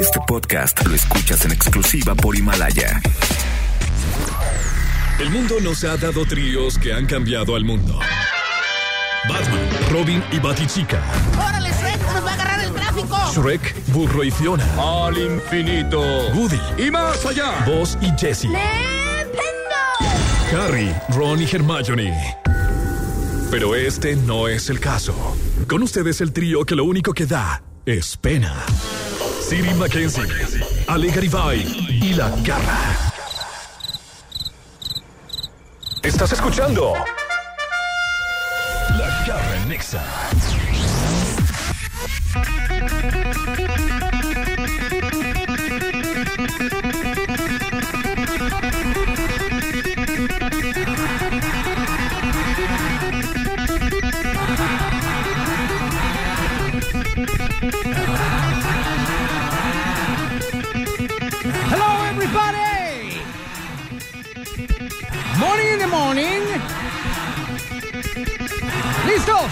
Este podcast lo escuchas en exclusiva por Himalaya. El mundo nos ha dado tríos que han cambiado al mundo. Batman, Robin y Batichica. ¡Órale, Shrek! ¡Nos va a agarrar el tráfico! Shrek, Burro y Fiona. Al infinito. Woody. Ah. Y más allá. Vos y Jesse. ¡Nintendo! Harry, Ron y Hermione. Pero este no es el caso. Con ustedes el trío que lo único que da es pena. Siri Mackenzie, Ale Garibay y La Garra. Estás escuchando La Garra en Nexa. Hello, everybody! Morning in the morning. ¿Listos?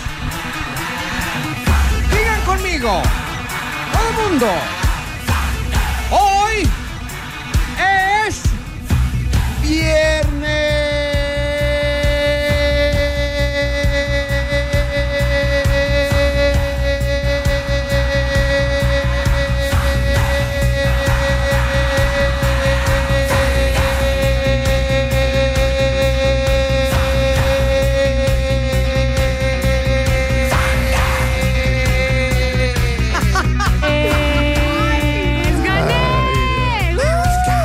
Digan conmigo. Todo el mundo. Hoy es viernes. ¡Les gané!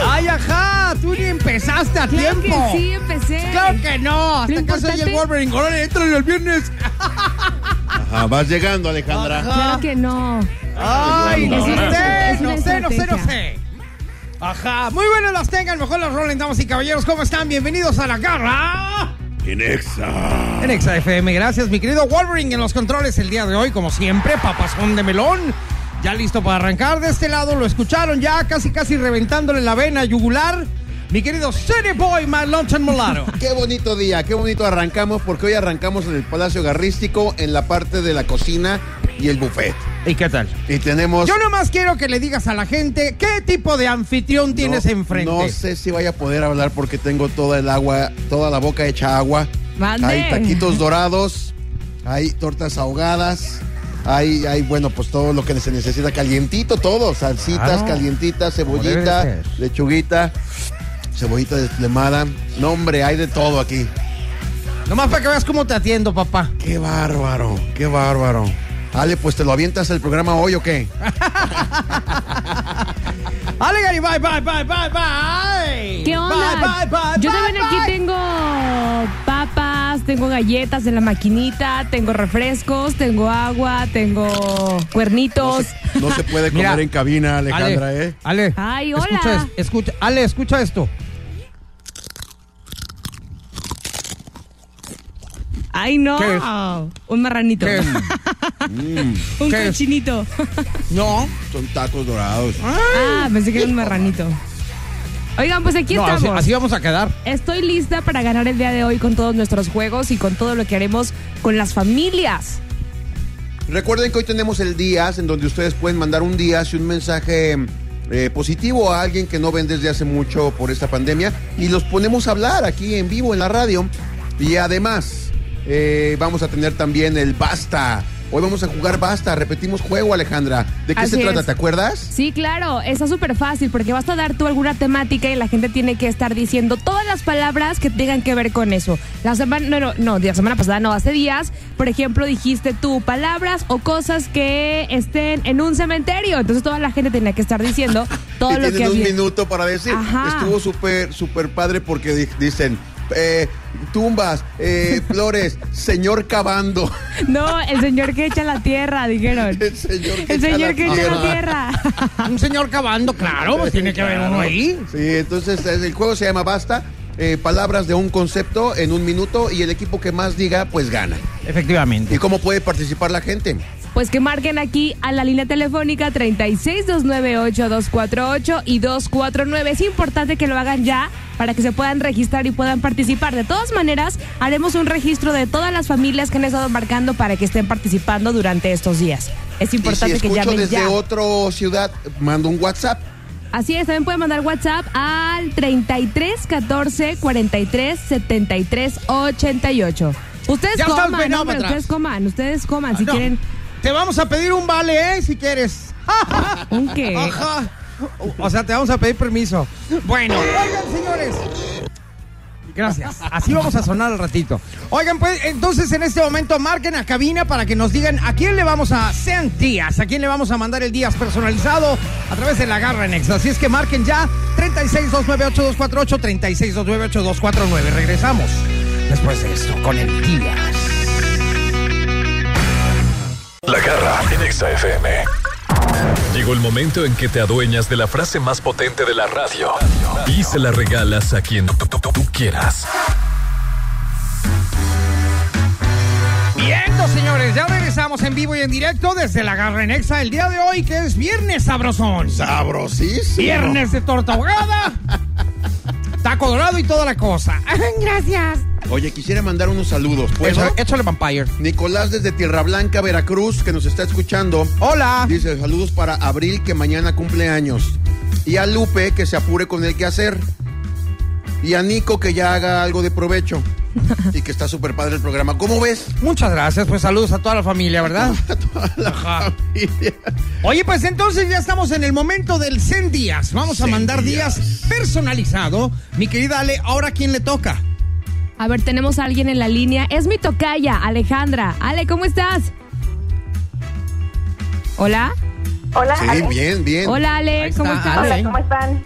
¡Ay, ajá! ¡Tú ni empezaste a Claro tiempo! que sí, empecé. ¡Claro que no! Lo ¡Hasta que se importante- llegó Wolverine! ¡Órale, entra el viernes! Ah, vas llegando, Alejandra. Claro que no. ¡Ay, Es no una sé, estrategia, no es sé, una no sé, no estrategia. sé! Ajá, muy buenas las tengan, mejor las rolen, damas y caballeros. ¿Cómo están? Bienvenidos a la garra. Inexa. En Exa FM, gracias, mi querido Wolverine en los controles el día de hoy, como siempre, papazón de melón. Ya listo para arrancar de este lado, lo escucharon ya, casi casi reventándole la vena yugular. Mi querido City Boy, my lunch and molaro. Qué bonito día, qué bonito arrancamos, porque hoy arrancamos en el Palacio Garrístico, en la parte de la cocina y el buffet. ¿Y qué tal? Y tenemos. Yo nomás quiero que le digas a la gente qué tipo de anfitrión tienes No- enfrente. No sé si vaya a poder hablar porque tengo toda el agua, toda la boca hecha agua. Mande. Hay taquitos dorados, hay tortas ahogadas, hay, hay, bueno, pues todo lo que se necesita calientito, todo. Salsitas Claro. calientitas, Ah, Como cebollita, debe de ser. lechuguita, cebollita desflemada. No, hombre, hay de todo aquí. Nomás para que veas cómo te atiendo, papá. Qué bárbaro, qué bárbaro. Ale, pues te lo avientas el programa hoy o qué? Ale Garibay, bye, bye, bye, bye. ¿Qué onda? Bye, bye, bye, Yo bye, también aquí bye. tengo papas, tengo galletas en la maquinita, tengo refrescos, tengo agua, tengo cuernitos. No se puede comer Mira. en cabina, Alejandra, Ale, ¿eh? Ale. Ay, hola. Escucha, es- escucha, Ale, escucha esto. ¡Ay, no! ¿Qué es? Un marranito. ¿Qué es? Un ¿Qué es? cochinito. No. Son tacos dorados. Ah, pensé que era un marranito. Oigan, pues aquí No, así, estamos. así vamos a quedar. Estoy lista para ganar el día de hoy con todos nuestros juegos y con todo lo que haremos con las familias. Recuerden que hoy tenemos el días en donde ustedes pueden mandar un días y un mensaje eh, positivo a alguien que no ven desde hace mucho por esta pandemia y los ponemos a hablar aquí en vivo en la radio y además eh, vamos a tener también el basta. Hoy vamos a jugar basta, repetimos juego Alejandra. ¿De qué Así se trata? es. ¿Te acuerdas? Sí, claro, está súper fácil porque basta dar tú alguna temática y la gente tiene que estar diciendo todas las palabras que tengan que ver con eso. La semana, no, no, no, la semana pasada, no, hace días, por ejemplo, dijiste tú palabras o cosas que estén en un cementerio. Entonces toda la gente tenía que estar diciendo todo Y lo que tienen un había. minuto para decir. Ajá. Estuvo súper, súper padre porque di- dicen eh, tumbas, eh, flores, señor cavando. No, el señor que echa la tierra, dijeron. El señor que El echa señor la que echa la tierra. tierra. Un señor cavando, claro, pues tiene que haber uno ahí. Sí, entonces es- el juego se llama Basta. eh, palabras de un concepto en un minuto y el equipo que más diga, pues gana. Efectivamente. ¿Y cómo puede participar la gente? Pues que marquen aquí a la línea telefónica 36298248 y 249. Es importante que lo hagan ya para que se puedan registrar y puedan participar. De todas maneras, haremos un registro de todas las familias que han estado marcando para que estén participando durante estos días. Es Y si importante que escucho llamen desde ya. otra ciudad, mando un WhatsApp. Así es, también pueden mandar WhatsApp al 33 14 43 73 88. Ustedes Ya estás coman, peinado hombre, para atrás. ustedes coman, ustedes coman. Si No, quieren, Te vamos a pedir un vale, ¿eh? Si quieres. ¿un qué? Ajá. O- O sea, te vamos a pedir permiso. Bueno, oigan, señores. Gracias. Así vamos a sonar al ratito. Oigan, pues, entonces en este momento marquen a cabina para que nos digan a quién le vamos a sean días, a quién le vamos a mandar el días personalizado a través de la garra Nexa. Así es que marquen ya 36298248, 36298249. Regresamos después de esto con el días. La garra en Exa FM. Llegó el momento en que te adueñas de la frase más potente de la radio y se la regalas a quien tú, tú- tú- tú quieras. Viendo, señores, ya regresamos en vivo y en directo desde la Garra en Exa el día de hoy, que es Viernes Sabrosón. Sabrosísimo. Viernes de torta ahogada, taco dorado y toda la cosa. Gracias. Oye, quisiera mandar unos saludos. Pues, Échale- eh, échale vampire. Nicolás desde Tierra Blanca, Veracruz, que nos está escuchando. Hola. Dice, saludos para Abril, que mañana cumple años. Y a Lupe, que se apure con el quehacer. Y a Nico, que ya haga algo de provecho. y que está súper padre el programa. ¿Cómo ves? Muchas gracias, pues saludos a toda la familia, ¿verdad? Ajá. Oye, pues entonces ya estamos en el momento del 100 días. Vamos a mandar días personalizado. Mi querida Ale, ¿ahora quién le toca? A ver, tenemos a alguien en la línea. Es mi tocaya, Alejandra. Ale, ¿cómo estás? Hola. Hola, Sí, Ale. bien, bien. Hola, Ale, Ahí ¿cómo está, estás? Ale. Hola, ¿cómo están?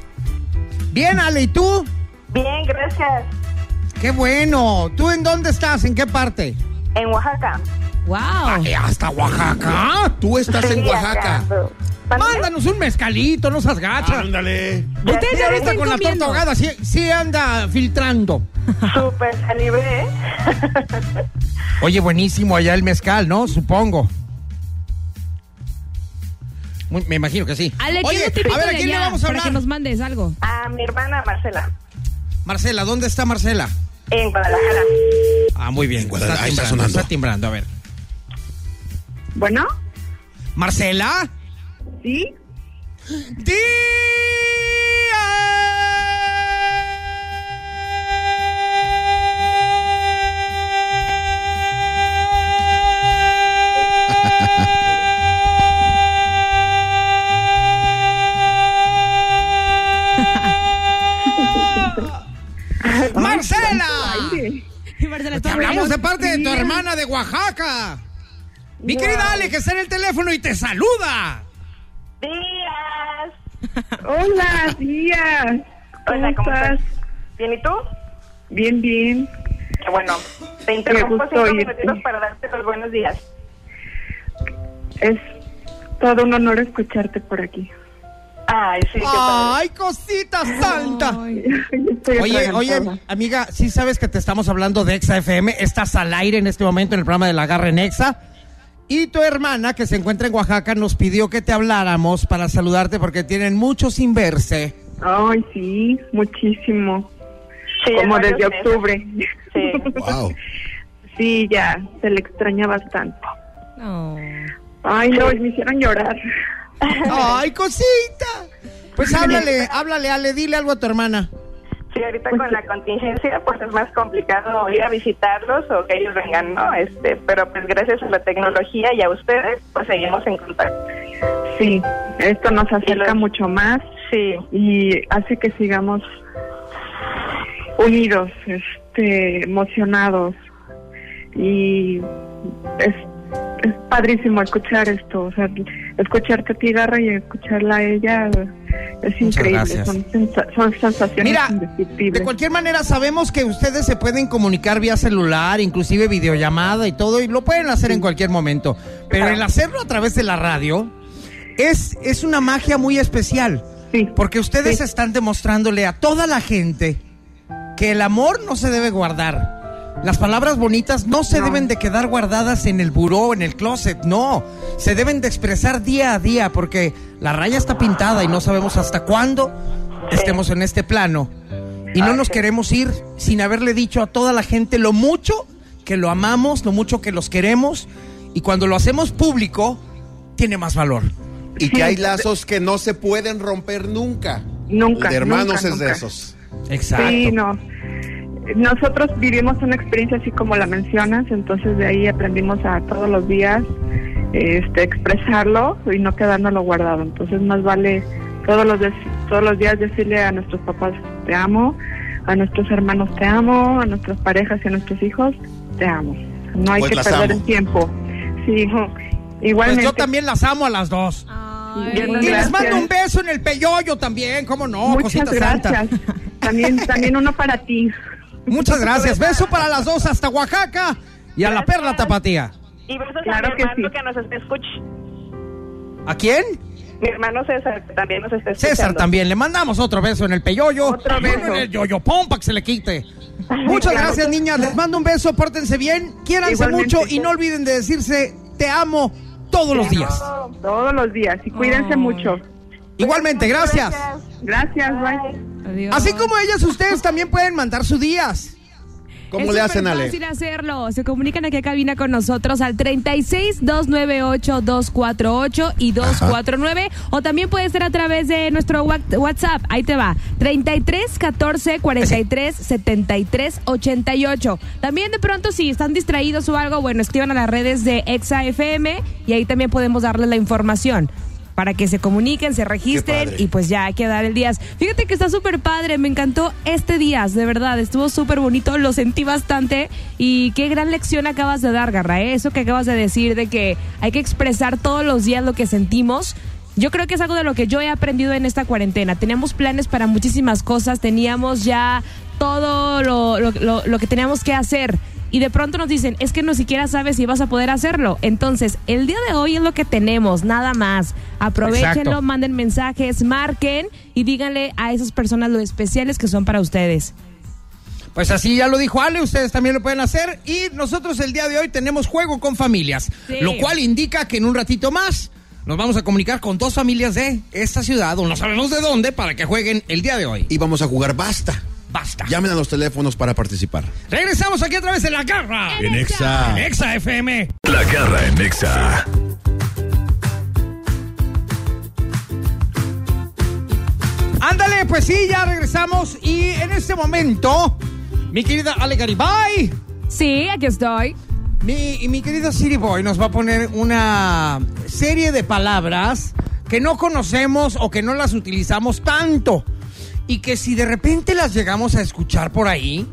Bien, Ale, ¿y tú? Bien, gracias. Qué bueno. ¿Tú en dónde estás? ¿En qué parte? En Oaxaca. Wow. Eh, hasta Oaxaca. Tú estás en Sí, Oaxaca. Ah, acá. ¿También? Mándanos un mezcalito, no seas gacha. Ándale. Ustedes Mira, ya lo ahorita están con la torta comiendo. ahogada sí, sí anda filtrando. Súper salivé, ¿eh? Oye, buenísimo allá el mezcal, ¿no? Supongo. Muy- me imagino que sí. Ale, ¿qué Oye, es lo típico a ver, ¿a de quién le allá? vamos a Para que hablar? nos mandes algo. A mi hermana Marcela, Marcela, ¿dónde está Marcela? en Guadalajara. Ah, muy bien. Guadalajara, Está ahí está timbrando, sonando. está timbrando, a ver. ¿Bueno? Marcela. ¿Sí? Días Marcela. Y Marcela, Te ¿todo bien? hablamos de parte de tu hermana de Oaxaca. Mi querida Ale, que está en el teléfono y te saluda. Días. Hola, días. ¿Cómo Hola, ¿cómo estás? estás? ¿Bien y tú? Bien, bien. Qué bueno. Te interrumpo gusto cinco oírte. minutitos para darte los buenos días. Es todo un honor escucharte por aquí. Ay, sí, qué padre. Ay, cosita santa. Estoy Oye, oye, atragantada. amiga, ¿sí sabes que te estamos hablando de Exa FM? Estás al aire en este momento en el programa de La Garra en Exa. Y tu hermana, que se encuentra en Oaxaca, nos pidió que te habláramos para saludarte porque tienen mucho sin verse. Ay, sí, muchísimo. Sí, ya Como varios desde meses. octubre. Sí. Wow. Sí, ya, se le extraña bastante. No. Ay, no, me hicieron llorar. ¡Ay, cosita! Pues háblale, háblale, Ale, dile algo a tu hermana. Sí, ahorita con la contingencia, pues es más complicado ir a visitarlos o que ellos vengan, ¿no? Este, pero pues gracias a la tecnología y a ustedes, pues seguimos en contacto. Sí, esto nos acerca mucho más Sí, y hace que sigamos unidos, este, emocionados y es, es padrísimo escuchar esto, o sea, escucharte a ti Garra y escucharla a ella es increíble, gracias. son, sensa- son sensaciones Mira, indescriptibles. de cualquier manera sabemos que ustedes se pueden comunicar vía celular, inclusive videollamada y todo, y lo pueden hacer en cualquier momento. Pero el hacerlo a través de la radio es, es una magia muy especial, Sí. porque ustedes Sí. están demostrándole a toda la gente que el amor no se debe guardar. Las palabras bonitas no se No. deben de quedar guardadas en el buró, en el closet, no. Se deben de expresar día a día porque la raya está pintada y no sabemos hasta cuándo estemos en este plano. Y no nos queremos ir sin haberle dicho a toda la gente lo mucho que lo amamos, lo mucho que los queremos. Y cuando lo hacemos público, tiene más valor. Y Sí. que hay lazos que no se pueden romper nunca. Nunca, El de hermanos nunca, es de nunca. esos. Exacto. Sí, no. Nosotros vivimos una experiencia así como la mencionas, entonces de ahí aprendimos a todos los días este, expresarlo y no quedárnoslo guardado. Entonces más vale todos los, des- todos los días decirle a nuestros papás te amo, a nuestros hermanos te amo, a nuestras parejas y a nuestros hijos te amo. No hay Pues que las perder amo. el tiempo. Sí, Pues igualmente. yo también las amo a las dos. Yo no- Y les Gracias. mando un beso en el peyoyo también, cómo no, Muchas cosita gracias. santa. También, también uno para ti. Muchas gracias. Beso para las dos hasta Oaxaca y a la Gracias. perla tapatía. Y besos Claro a mi que hermano sí. que nos está escuchando. ¿A quién? Mi hermano César que también nos está escuchando. César también. Le mandamos otro beso en el peyoyo. Otro y uno beso. en el yoyopón para que se le quite. Muchas Claro. gracias, niñas. Les mando un beso. Pórtense bien. Quiéranse Igualmente. mucho y no olviden de decirse te amo todos los días. Todos los días y cuídense Ay. mucho. Igualmente, gracias. Gracias, bye. Adiós. Así como ellas, ustedes también pueden mandar sus días. ¿Cómo Es le hacen, súper Ale? fácil hacerlo. Se comunican aquí a cabina con nosotros al 36 298 248 y 249 o también puede ser a través de nuestro wa- WhatsApp. Ahí te va. 33 14 43 73 88. También de pronto si están distraídos o algo, bueno, escriban a las redes de Exa FM y ahí también podemos darles la información. Para que se comuniquen, se registren padre. y pues ya hay que dar el día. Fíjate que está súper padre, me encantó este día, de verdad, estuvo súper bonito, lo sentí bastante y qué gran lección acabas de dar, Garra, ¿eh? eso que acabas de decir de que hay que expresar todos los días lo que sentimos. Yo creo que es algo de lo que yo he aprendido en esta cuarentena. Teníamos planes para muchísimas cosas, teníamos ya todo lo, lo- lo- lo que teníamos que hacer. Y de pronto nos dicen, es que no siquiera sabes si vas a poder hacerlo. Entonces, el día de hoy es lo que tenemos, nada más. Aprovechenlo, Exacto. manden mensajes, marquen y díganle a esas personas lo especiales que son para ustedes. Pues así ya lo dijo Ale, ustedes también lo pueden hacer. Y nosotros el día de hoy tenemos juego con familias, Sí. lo cual indica que en un ratito más nos vamos a comunicar con dos familias de esta ciudad, o no sabemos de dónde, para que jueguen el día de hoy. Y vamos a jugar basta. Basta. Llamen a los teléfonos para participar. Regresamos aquí otra vez en la garra. En Exa. En Exa FM. La garra en Exa. Ándale, pues sí, ya regresamos. Y en este momento, mi querida Ale Garibay. Sí, aquí estoy. Mi, y mi querido City Boy nos va a poner una serie de palabras que no conocemos o que no las utilizamos tanto. Y que si de repente las llegamos a escuchar por ahí,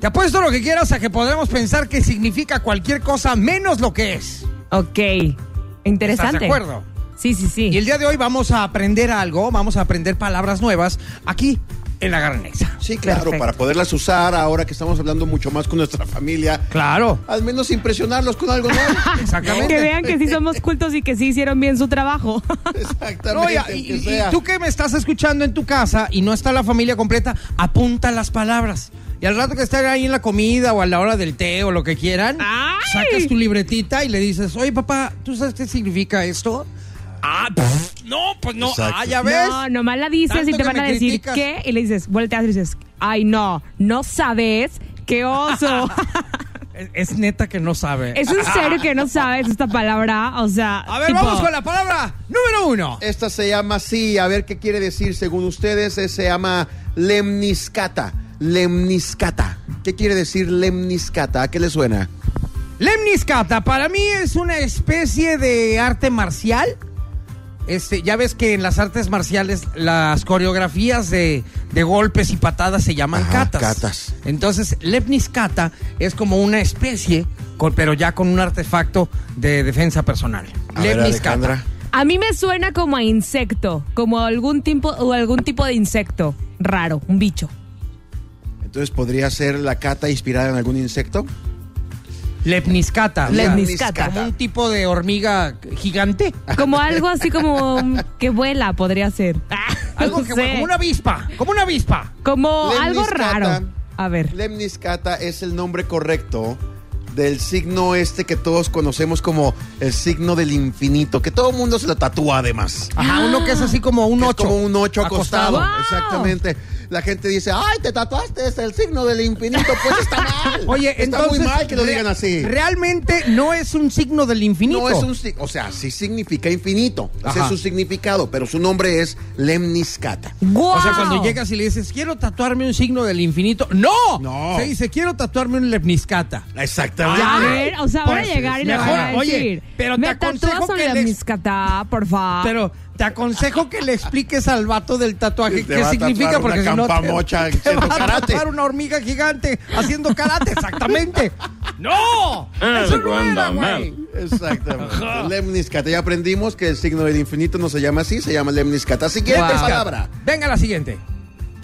te apuesto lo que quieras a que podremos pensar que significa cualquier cosa menos lo que es. Ok. Interesante. ¿Estás de acuerdo? Sí, sí, sí. Y el día de hoy vamos a aprender algo, vamos a aprender palabras nuevas aquí en la Garanexa. Sí, claro, Perfecto. para poderlas usar ahora que estamos hablando mucho más con nuestra familia. Claro. Al menos impresionarlos con algo nuevo. Exactamente. Que vean que sí somos cultos y que sí hicieron bien su trabajo. No, Exactamente. y, el y- que y sea. tú que me estás escuchando en tu casa y no está la familia completa, apunta las palabras. Y al rato que estén ahí en la comida o a la hora del té o lo que quieran, ¡Ay! sacas tu libretita y le dices, oye papá, ¿tú sabes qué significa esto? Ah, pff, no, pues no, Exacto. ah, ya ves. No, nomás la dices Tanto y te que van me a decir criticas. qué y le dices, volteas y dices, ay no, no sabes, qué oso. Es, es neta que no sabe. es en serio que no sabes esta palabra, o sea. a ver, tipo, vamos con la palabra número uno. Esta se llama sí, a ver qué quiere decir según ustedes. eh, Se llama lemniscata. Lemniscata. ¿Qué quiere decir lemniscata? ¿A qué le suena? Lemniscata, para mí es una especie de arte marcial. Este, ya ves que en las artes marciales las coreografías de, de golpes y patadas se llaman Ajá, katas. katas. Entonces, lemniscata es como una especie, con- pero ya con un artefacto de defensa personal. A ver, Alejandra. A mí me suena como a insecto, como a algún tipo o algún tipo de insecto raro, un bicho. Entonces, ¿podría ser la cata inspirada en algún insecto? Lemniscata. Lemniscata. Como un tipo de hormiga gigante. Como algo así como um, que vuela, podría ser. Algo No que, sé. como una avispa, como una avispa. Como algo Lemniscata. raro. A ver. Lemniscata es el nombre correcto del signo este que todos conocemos como el signo del infinito, que todo el mundo se lo tatúa además. Ajá, uno que es así como un Que es ocho. como un ocho acostado. Acostado. ¡Wow! Exactamente. la gente dice, ay, te tatuaste, es el signo del infinito, pues está mal. Oye, está muy entonces. mal que lo re- digan así. Realmente no es un signo del infinito. No es un sig- o sea, sí significa infinito, ese Ajá. es su significado, pero su nombre es Lemniscata. O sea, ¡Guau! cuando llegas y le dices, quiero tatuarme un signo del infinito. ¡No! No. Ah. Se dice, quiero tatuarme un lepniscata. Exactamente. Ya, a ver, o sea, ahora Pues, llegar y le mejor, van a oye, decir, pero te me aconsejo tatúas que sobre le- mis catá, por favor. Pero te aconsejo que le expliques al vato del tatuaje Te qué va a significa, tatuar porque una si no. campamocha haciendo va a karate. tatuar una hormiga gigante haciendo karate, exactamente. ¡No! Eso no era, güey. Exactamente. Lemniscata. Ya aprendimos que el signo del infinito no se llama así, se llama Lemniscata. Siguiente Wow. palabra, Venga la siguiente.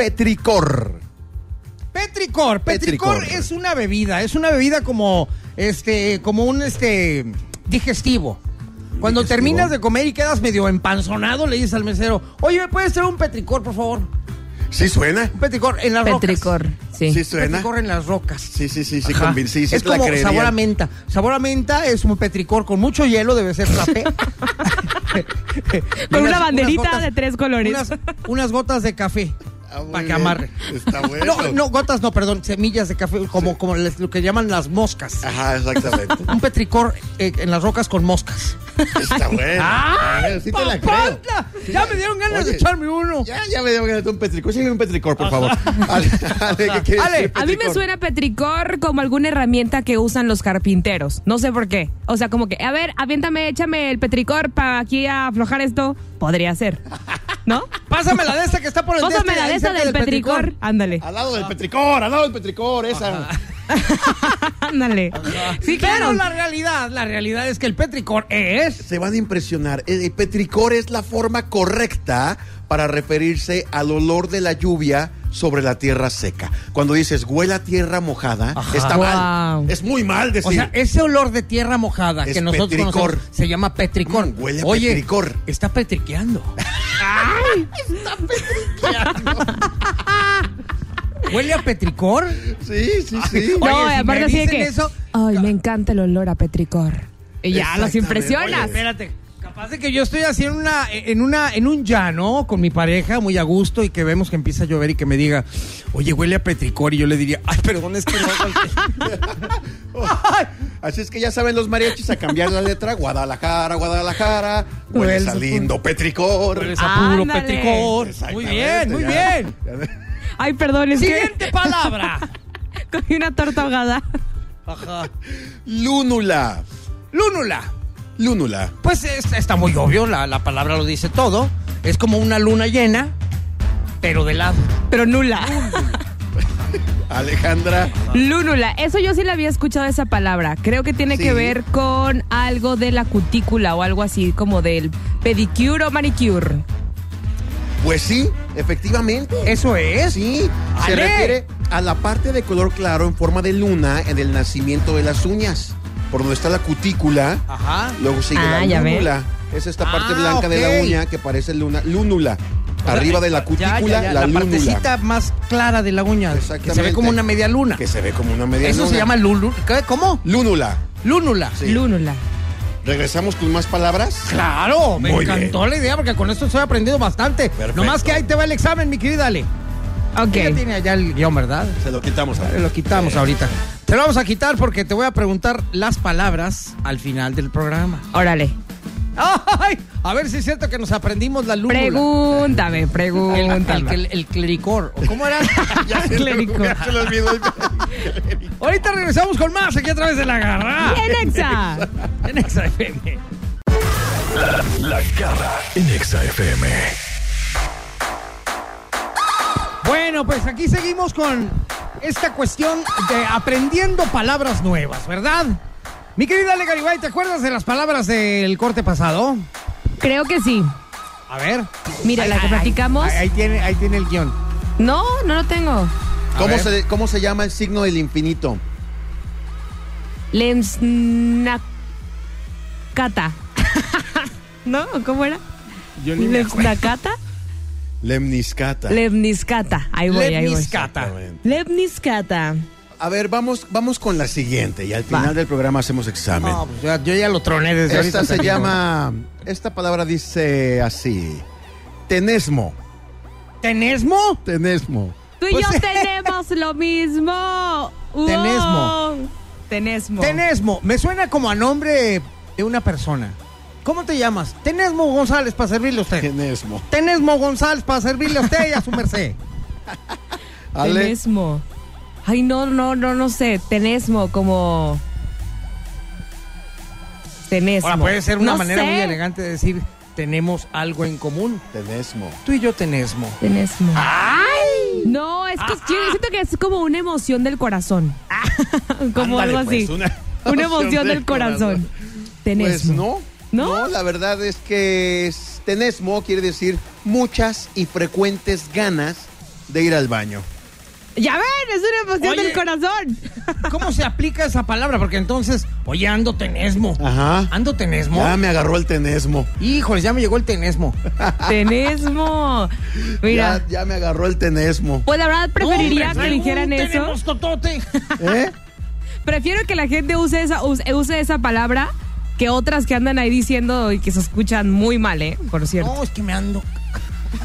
Petricor. Petricor. Petricor. Petricor. es una bebida, es una bebida como este, como un este digestivo. Cuando Digestivo. terminas de comer y quedas medio empanzonado, le dices al mesero, oye, ¿me puedes traer un petricor, por favor? Un ¿Sí suena? petricor en las Petricor, rocas. sí. Sí suena. Petricor en las rocas. Sí, sí, sí, sí, Ajá. convin- sí, sí es te la como creería. sabor a menta. Sabor a menta es un petricor con mucho hielo, debe ser frappé. Con Y una banderita gotas- de tres colores. Unas, unas gotas de café Ah, muy para que bien. amarre. Está bueno. No, no, gotas no, perdón, semillas de café, como, como les- lo que llaman las moscas. Ajá, exactamente. Un petricor eh, en las rocas con moscas. Está bueno. Ah, A ver, sí te la creo. ¡Papantla! Ya me dieron ganas de Oye, echarme uno. Ya, ya me debo ganar un petricor. Sí, un petricor, por favor. Ale, Ale, ¿qué quieres Ale, decir, A mí me petricor? suena petricor como alguna herramienta que usan los carpinteros. No sé por qué. O sea, como que, a ver, aviéntame, échame el petricor para aquí aflojar esto. Podría ser. ¿No? Pásame la de esta que está por el Pásame deste, la ahí de esa cerca del petricor. Ándale, Al lado del petricor, al lado del petricor, esa. ándale. Ah. Sí, Pero claro. la realidad, la realidad es que el petricor es... Se van a impresionar. El el petricor es la forma correcta para referirse al olor de la lluvia sobre la tierra seca. Cuando dices huele a tierra mojada, está Wow. mal. Es muy mal decir. O sea, eh, ese olor de tierra mojada Es que nosotros petricor. conocemos se llama petricor. Mm, huele a Oye, petricor. está petriqueando. ¿Huele a petricor? sí, sí, sí. No, Oye, y si aparte me así de dicen que. eso- Ay, me encanta el olor a petricor. Y ya los Exactamente. impresionas. Oye, Espérate. Capaz de que yo estoy así en una, en una, en un llano con mi pareja, muy a gusto, y que vemos que empieza a llover y que me diga, oye, huele a petricor, y yo le diría, ay, perdón, es que no. Así es que ya saben los mariachis a cambiar la letra. Guadalajara, Guadalajara. Hueles a lindo petricor. Hueles a puro Ándale. petricor. Muy bien, muy bien. Ay, perdón, es Siguiente que palabra. cogí una torta ahogada. Ajá. Lúnula. Lúnula. Lúnula. Pues es- está muy obvio, la, la palabra lo dice todo. Es como una luna llena, pero de lado. Pero nula. Alejandra. Lúnula, eso yo sí la había escuchado esa palabra. Creo que tiene Sí. que ver con algo de la cutícula o algo así, como del pedicure o manicure. Pues sí, efectivamente. Eso es. Sí, se ¡Ale! refiere a la parte de color claro en forma de luna en el nacimiento de las uñas. Por donde está la cutícula, Ajá. luego sigue Ah, ya la ve. lúnula. Es esta parte Ah, blanca de ok. la uña que parece luna, lúnula. O sea, Arriba de la ya, cutícula, ya, ya, la, lúnula. partecita más clara de la uña. Que se ve Exactamente. como una media luna. Que se ve como una media Eso se luna. llama lulu. ¿qué? ¿Cómo? lúnula. Lúnula. Sí. Lúnula. Regresamos con más palabras. Claro, me Muy encantó la idea porque con esto estoy aprendiendo bastante. Perfecto. Nomás que ahí te va el examen, mi querida Ale. Ya Ok. tiene allá el guión, ¿verdad? Se lo quitamos a Lo quitamos Eh. ahorita. Te lo vamos a quitar porque te voy a preguntar las palabras al final del programa. Órale. ¡Ay! A ver si es cierto que nos aprendimos la lúnula. Pregúntame, El, el, pregúntame. el- el clericor. ¿O ¿Cómo era? Ya se, Clérico. ya se lo olvidó el- Ahorita regresamos con más aquí a través de la garra. Bien, Exa. En Exa FM. La garra en Exa FM. Bueno, pues aquí seguimos con esta cuestión de aprendiendo palabras nuevas, ¿verdad? Mi querida Ale Garibay, ¿te acuerdas de las palabras del corte pasado? Creo que sí. A ver. Mira, la que practicamos. Ahí, ahí tiene, ahí tiene el guión. No, no lo tengo. ¿Cómo, ver. se, ¿Cómo se llama el signo del infinito? Lemsnacata. ¿No? ¿Cómo era? Yo Lemsnacata. Lemniscata. Lemniscata. Ahí voy, ahí voy. Lemniscata. Lemniscata. A ver, vamos, vamos con la siguiente y al final del programa hacemos examen. No, pues ya- yo ya lo troné desde Esta ahorita. se pero- llama. Esta palabra dice así: Tenesmo. ¿Tenesmo? Tenesmo. Tú y Pues, yo tenemos lo mismo. Uh, Tenesmo. Tenesmo. Tenesmo, me suena como a nombre de una persona. ¿Cómo te llamas? Tenesmo González para servirle a usted. Tenesmo. Tenesmo González para servirle a usted y a su merced. Ale, Tenesmo. Ay, no, no, no, no sé. Tenesmo, como. Tenesmo. Ahora puede ser una No manera sé. muy elegante de decir tenemos algo en común. Tenesmo. Pues Tú y yo tenesmo. Tenesmo. ¡Ay! No, es que yo siento que es como una emoción del corazón. como Ándale, algo así. pues, una Una emoción emoción del del corazón. Pues Tenesmo. no. ¿No? la verdad es que es- tenesmo quiere decir muchas y frecuentes ganas de ir al baño. Ya ven, es una emoción Oye. del corazón. ¿Cómo se aplica esa palabra? Porque entonces, oye, ando tenesmo. Ajá. Ando tenesmo. Ya me agarró el tenesmo. Híjole, ya me llegó el tenesmo. Tenesmo. Mira. Ya, ya me agarró el tenesmo. Pues la verdad preferiría que dijeran eso. Tenemos totote. ¿Eh? Prefiero que la gente use esa, us- use esa palabra que otras que andan ahí diciendo y que se escuchan muy mal, ¿eh? Por cierto. No, es que me ando.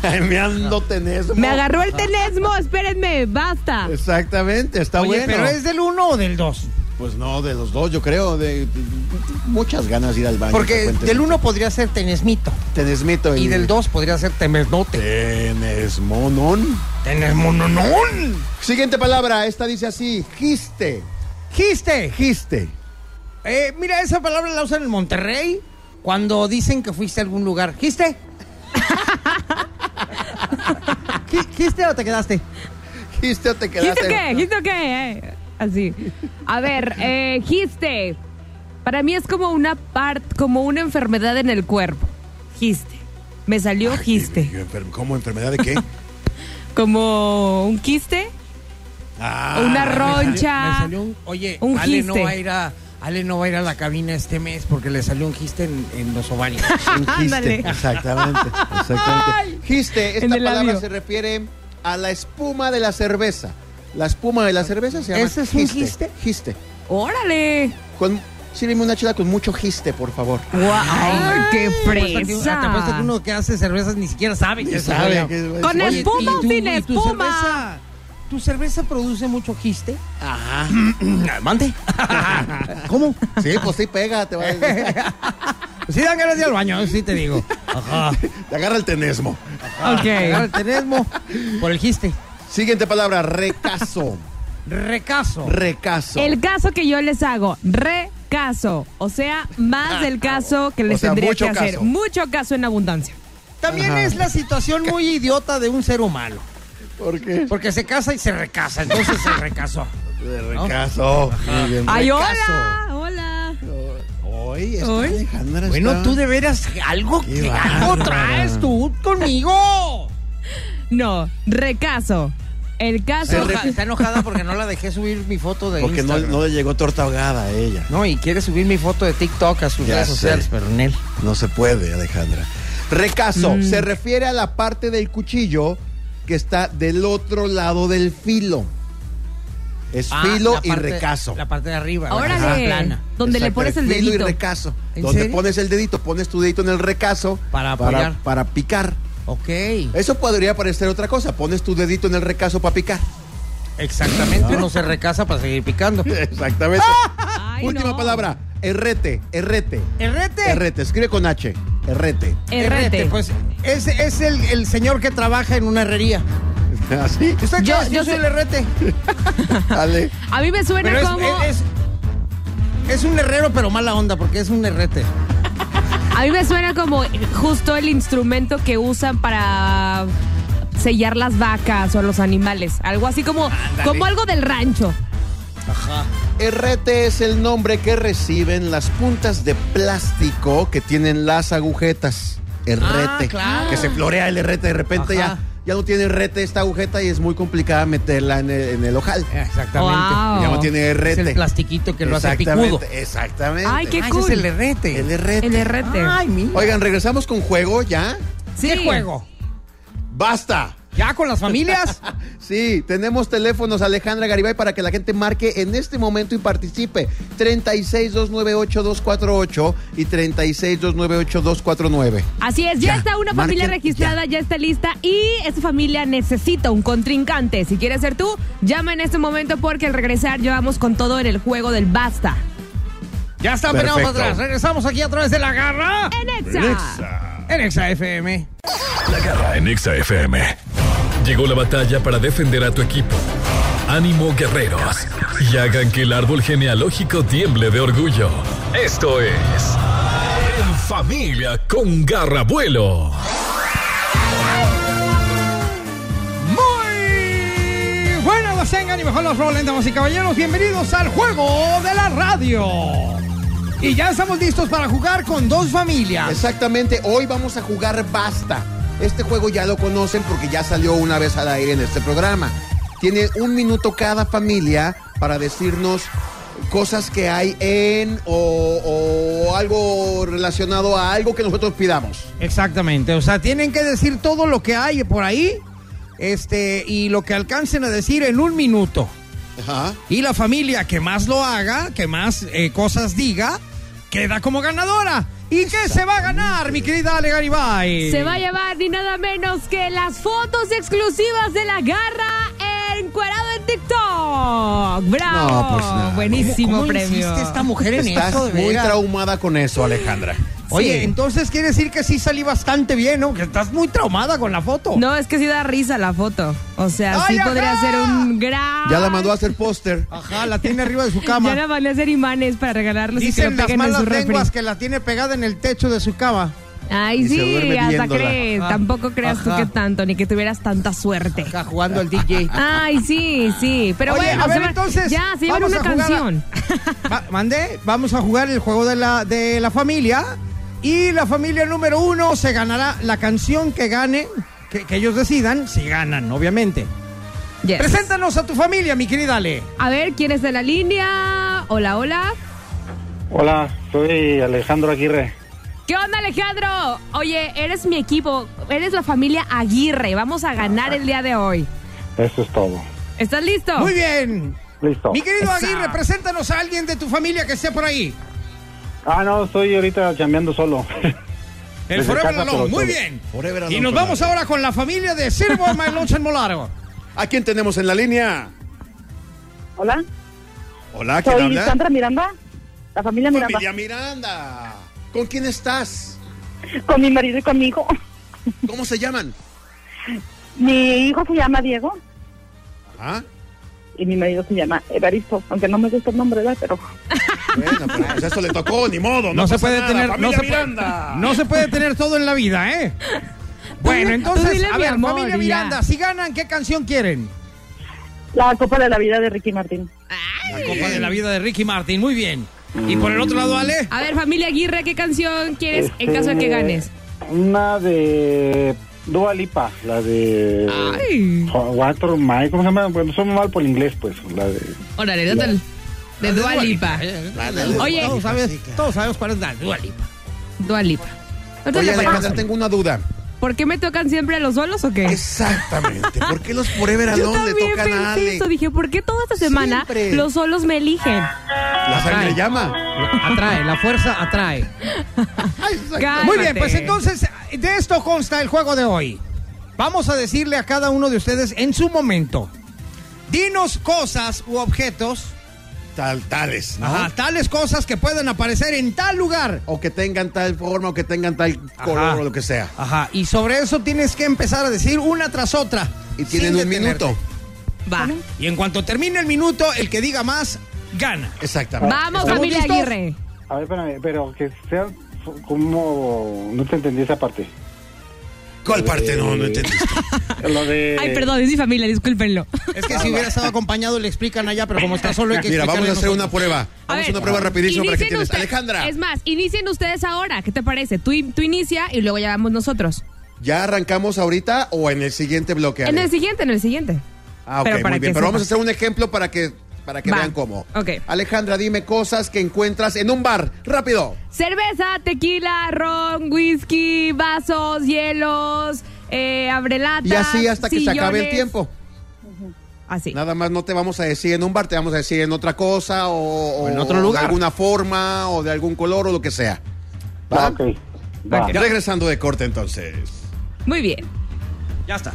Ay, me ando tenesmo. Me agarró el tenesmo, espérenme, basta. Exactamente, está Oye, bueno. pero es del uno o del dos. Pues no, de los dos, yo creo. De, de- muchas ganas de ir al baño. Porque frecuentes. del uno podría ser tenesmito. Tenesmito. Y el- del dos podría ser temesnote. Tenesmonón. Tenesmononón. Siguiente palabra, esta dice así: giste. Giste. Giste. Eh, mira, esa palabra la usan en Monterrey cuando dicen que fuiste a algún lugar. ¿Giste? Gi- ¿Giste o te quedaste? Giste o te ¿Giste quedaste. qué? ¿Giste qué? Eh, Así. A ver, eh, giste. Para mí es como una parte, como una enfermedad en el cuerpo. Giste. Me salió giste. ¿Cómo? ¿Enfermedad de qué? Como un quiste, Ah, una Me roncha. salió un- oye, Un Ale no giste. va a ir a. Ale no va a ir a la cabina este mes porque le salió un giste en, en los ovarios. un Ándale. giste. Exactamente. exactamente. Giste, esta En el palabra labio. se refiere a la espuma de la cerveza. La espuma de la cerveza se llama. ¿Ese es un giste? Giste. Órale. Con, sírveme una chela con mucho giste, por favor. Guau, qué Hasta que- fresa. hasta apuesto que uno que hace cervezas ni siquiera sabe. que es sabe cerveza. que es- Con Oye, espuma ¿y o tu- sin y tu espuma. cerveza- ¿Tu cerveza produce mucho giste? Ajá. Mande. ¿Cómo? Sí, pues sí, pega, te va a- Sí dan ganas de ir al baño, sí te digo. Ajá. Te agarra el tenesmo. Agarra el Ok. tenesmo por el giste. Siguiente palabra, recaso. Recaso. Recaso. El caso que yo les hago, recaso. O sea, más del caso que les O sea, tendría mucho que hacer. caso. Mucho caso en abundancia. También es la situación muy idiota de un ser humano. ¿Por qué? Porque se casa y se recasa, entonces se recasó. De recaso. Muy bien. ¡Ay, Recaso. hola! ¡Hola! Hoy está Hoy. Alejandra. Bueno, está- tú de veras algo, Qué que- algo bárbara. traes tú conmigo. No, recaso. El Está caso. enoja- está enojada porque no la dejé subir mi foto de Porque no, Instagram. no le llegó torta ahogada a ella. No, y quiere subir mi foto de TikTok a sus Ya redes sé. sociales, pero en él. No se puede, Alejandra. Mm. Recaso. Se refiere a la parte del cuchillo que está del otro lado del filo. Es Ah, filo la y parte- recaso. La parte de arriba. la que está ¡Órale! plana. Donde le Exacto, pones el filo dedito. y recaso. ¿En Donde serio? pones el dedito, pones tu dedito en el recaso Para para, apoyar. para picar. Ok. Eso podría parecer otra cosa. Pones tu dedito en el recaso para picar. Exactamente. Uno se recasa para seguir picando. Exactamente. Ay, Última no. palabra. Errete, errete. ¡Errete! Errete. Escribe con H. Errete. Errete. Pues es, es el, el señor que trabaja en una herrería. ¿Así? ¿Usted Yo- yo, yo soy soy- el herrete. Ale. A mí me suena Pero es, como. es- es- es un herrero, pero mala onda, porque es un herrete. A mí me suena como justo el instrumento que usan para sellar las vacas o los animales. Algo así como, como algo del rancho. RT es el nombre que reciben las puntas de plástico que tienen las agujetas. RT. Ah, claro. Que se florea el RT de repente Ajá. ya. Ya no tiene RT esta agujeta y es muy complicada meterla en el, en el ojal. Wow. Ya no tiene Es RT. el plastiquito Eh, que lo hace Exactamente, picudo. Exactamente. Ay, qué Ah, ese cool. es el herrete. El RT. El RT. Ay, mira. Oigan, regresamos con juego ya. Sí. ¿Qué juego? ¡Basta! ¿Ya con las familias? Sí, tenemos teléfonos Alejandra Garibay para que la gente marque en este momento y participe. 36298248 y 36298249. Así es, ya, Ya, está una familia marquen, registrada, ya. está lista y esa familia necesita un contrincante. Si quieres ser tú, llama en este momento porque al regresar llevamos con todo en el juego del basta. Ya está, pero para Perfecto. atrás. Regresamos aquí a través de la garra En Exa. en Exa FM. La garra en Exa FM. Llegó la batalla para defender a tu equipo. Ánimo guerreros y hagan que el árbol genealógico tiemble de orgullo. Esto es En Familia con Garrabuelo. Muy buenas las tengan y mejor las rolen, damas y caballeros. Bienvenidos al juego de la radio. Y ya estamos listos para jugar con dos familias. Exactamente, hoy vamos a jugar Basta. Este juego ya lo conocen porque ya salió una vez al aire en este programa. Tiene un minuto cada familia para decirnos cosas que hay en o, o algo relacionado a algo que nosotros pidamos. Exactamente, o sea, tienen que decir todo lo que hay por ahí este, y lo que alcancen a decir en un minuto. Ajá. Y la familia que más lo haga, que más eh, cosas diga, queda como ganadora. ¿Y qué se va a ganar, mi querida Ale Garibay? Se va a llevar ni nada menos que las fotos exclusivas de la garra encuerado en TikTok. ¡Bravo! No, pues nada. Buenísimo ¿Cómo premio. insiste esta mujer en Estás eso, de muy veras? traumada con eso, Alejandra. Oye, Sí. entonces quiere decir que sí salí bastante bien, ¿no? Que estás muy traumada con la foto. No, es que sí da risa la foto. O sea, ¡Ay, sí podría ajá! ser un gran. Ya la mandó a hacer póster. Ajá, la tiene arriba de su Ya cama. la mandé a hacer imanes para regalarlos y que Dicen lo las peguen en malas su refri. lenguas que la tiene pegada en el techo de su cama. Ay, Y se sí, duerme hasta viéndola. crees. Ajá. Tampoco creas tú Ajá. que tanto, ni que tuvieras tanta suerte. Acá jugando al DJ. Ay, sí, sí. Pero Oye, bueno, a se ver, va- entonces. ya se llevan vamos una a jugar a- canción. Va- mandé, vamos a jugar el juego de la, de la familia. Y la familia número uno se ganará la canción que gane, que, que ellos decidan, si ganan, obviamente. Yes. Preséntanos a tu familia, mi querida Ale. A ver, ¿quién es de la línea? Hola, hola. Hola, soy Alejandro Aguirre. ¿Qué onda, Alejandro? Oye, eres mi equipo. Eres la familia Aguirre. Vamos a ganar el día de hoy. Eso es todo. ¿Estás listo? Muy bien. Listo. Mi querido Esa. Aguirre, preséntanos a alguien de tu familia que esté por ahí. Ah, no, estoy ahorita chambeando solo. El Desde Forever casa, Alone, pero solo. muy bien. Forever Y Alone nos con vamos Ale. ahora con la familia de Sirvo My Lunch and Molaro. ¿A quién tenemos en la línea? Hola, Hola, ¿quién soy habla? Sandra Miranda, la familia Miranda, Familia Miranda. ¿Con quién estás? con mi marido y conmigo. ¿Cómo se llaman? Mi hijo se llama Diego Ajá. y mi marido se llama Evaristo, aunque no me gusta el nombre, ¿verdad? Pero Bueno, pero pues eso le tocó, ni modo. No, No, se pasa puede nada. tener, no Familia se, puede- Miranda. no se puede tener todo en la vida, ¿eh? Bueno, dile- tú entonces, dile a mi ver, amor, familia y Miranda, ya. si ganan, ¿qué canción quieren? la Copa de la Vida de Ricky Martín. La Copa de la Vida de Ricky Martin, muy bien. Y por el otro lado, Ale. A ver, familia Aguirre, ¿qué canción quieres en Este, caso de que ganes? Una de Dua Lipa, la de... Ay. Water My, ¿cómo se llama? Bueno, soy muy mal por el inglés, pues. La de... Órale, dátale. De Dua Lipa. Oye. todos, sabes- todos sabemos cuál es la Dua Lipa. Dua Lipa. Ahorita Oye, le paramos. Alejandra, tengo una duda. ¿Por qué me tocan siempre a los solos o qué? Exactamente. ¿Por qué los Forever Alone le tocan a Ale? eso. Dije, ¿por qué toda esta semana Siempre. los solos me eligen? La sangre Ay. llama. Atrae, la fuerza atrae. Cálmate. Muy bien, pues entonces de esto consta el juego de hoy. Vamos a decirle a cada uno de ustedes en su momento. Dinos cosas u objetos, Tal, tales, ¿no? ajá, tales cosas que puedan aparecer en tal lugar. O que tengan tal forma, o que tengan tal color, Ajá. o lo que sea. Ajá, y sobre eso tienes que empezar a decir una tras otra. Y tienen sin un detenerte. minuto. Va. Y en cuanto termine el minuto, el que diga más, gana. Exactamente. Vamos, ¿Estamos familia listos? Aguirre. A ver, espérame, pero que sea como... No te entendí esa parte. ¿Cuál parte no, no entendiste? Lo de... Ay, perdón, es mi familia, discúlpenlo. Es que si hubiera estado acompañado le explican allá, pero como está solo hay que Mira, vamos a hacer explicarle una nosotros. prueba. Vamos a una prueba rapidísima para que inicien tienes. usted- Alejandra, Es más, inicien ustedes ahora. ¿Qué te parece? Tú, tú inicia y luego ya vamos nosotros. ¿ya arrancamos ahorita o en el siguiente bloque? Ale? En el siguiente, en el siguiente. Ah, ok, Pero para muy bien. que Pero vamos a sepa. hacer un ejemplo para que, para que Va. vean cómo. Ok. Alejandra, dime cosas que encuentras en un bar. Rápido. Cerveza, tequila, ron, whisky, vasos, hielos, eh, abrelatas. Y así hasta que se acabe el sillones. tiempo. Así. Nada más no te vamos a decir en un bar, te vamos a decir en otra cosa o, o en otro lugar. de alguna forma o de algún color o lo que sea. ¿Va? Ok. Va. Ok, Regresando de corte entonces. Muy bien. Ya está.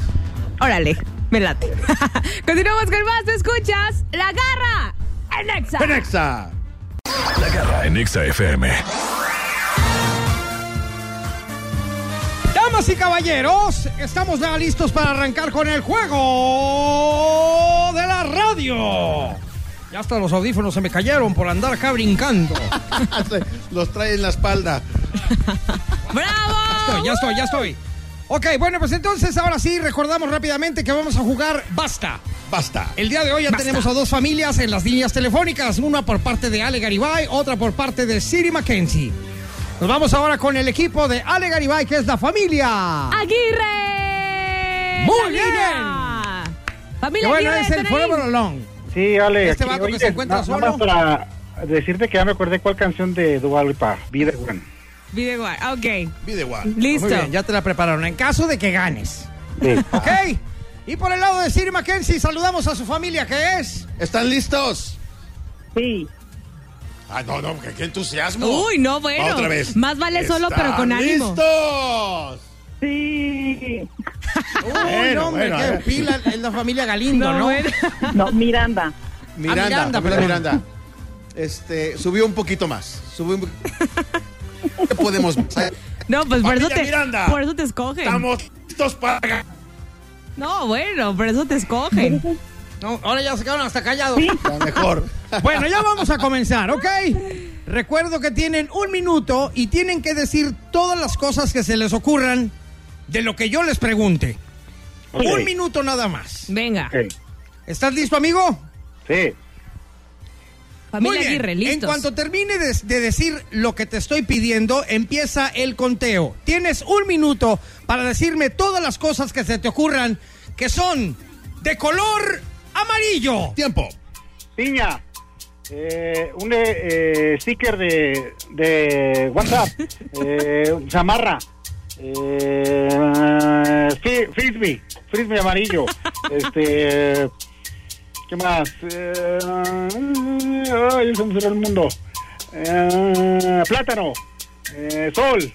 Órale, me late. Continuamos con más. ¿Te escuchas? La garra en Exa. Penexa. La garra en Exa FM. Damas y caballeros, estamos ya listos para arrancar con el juego de la radio. Ya hasta los audífonos se me cayeron por andar acá brincando. Los trae en la espalda. ¡Bravo! Estoy, ya estoy, ya estoy. Ok, bueno, pues entonces ahora sí recordamos rápidamente que vamos a jugar Basta. Basta. El día de hoy ya tenemos a dos familias en las líneas telefónicas, una por parte de Ale Garibay, otra por parte de Siri Mackenzie. Nos vamos ahora con el equipo de Ale Garibay, que es la familia. Aguirre. Muy La bien. línea. Que Familia bueno, Aguirre, es el ¿están ahí? Forever Alone. Sí, Ale. Este vato que se encuentra na- nada más solo. para decirte que ya me acordé cuál canción de Dua Lipa, Vida One, Video igual. Ok. Vide guau. Listo. Muy bien, ya te la prepararon. En caso de que ganes. Sí. ¿Ok? Y por el lado de Siri Mackenzie, saludamos a su familia, que es. ¿Están listos? Sí. Ah, no, no, qué, qué entusiasmo. Uy, no, bueno. Va otra vez. Más vale solo, ¿Están pero con ánimo. ¡Listos! Sí. Uy, Bueno, no, hombre, bueno, qué eh. pila. Es la familia Galindo, ¿no? bueno. No, Miranda. Miranda, Miranda, Miranda, perdón. Miranda. Este, subió un poquito más. Subió un po- ¿Qué podemos hacer? No, pues por eso, Familia te, Miranda. por eso te escogen. Estamos listos para ganar. No, bueno, por eso te escogen. No, ahora ya se quedaron hasta callados. La mejor. Bueno, ya vamos a comenzar, ¿ok? Recuerdo que tienen un minuto y tienen que decir todas las cosas que se les ocurran de lo que yo les pregunte. Ok, Un minuto nada más. Venga. ok. ¿Estás listo, amigo? Sí. Muy Familia bien. Aguirre, En listos. cuanto termine de, de decir lo que te estoy pidiendo, empieza el conteo. Tienes un minuto para decirme todas las cosas que se te ocurran que son de color amarillo. Tiempo. Piña. Eh, un eh, eh, sticker de, de WhatsApp. Eh, chamarra. Eh, fri- frisbee. Frisbee amarillo. Este. ¿Qué más? Eh, ay, se me cerró el mundo. Eh, plátano. Eh, sol.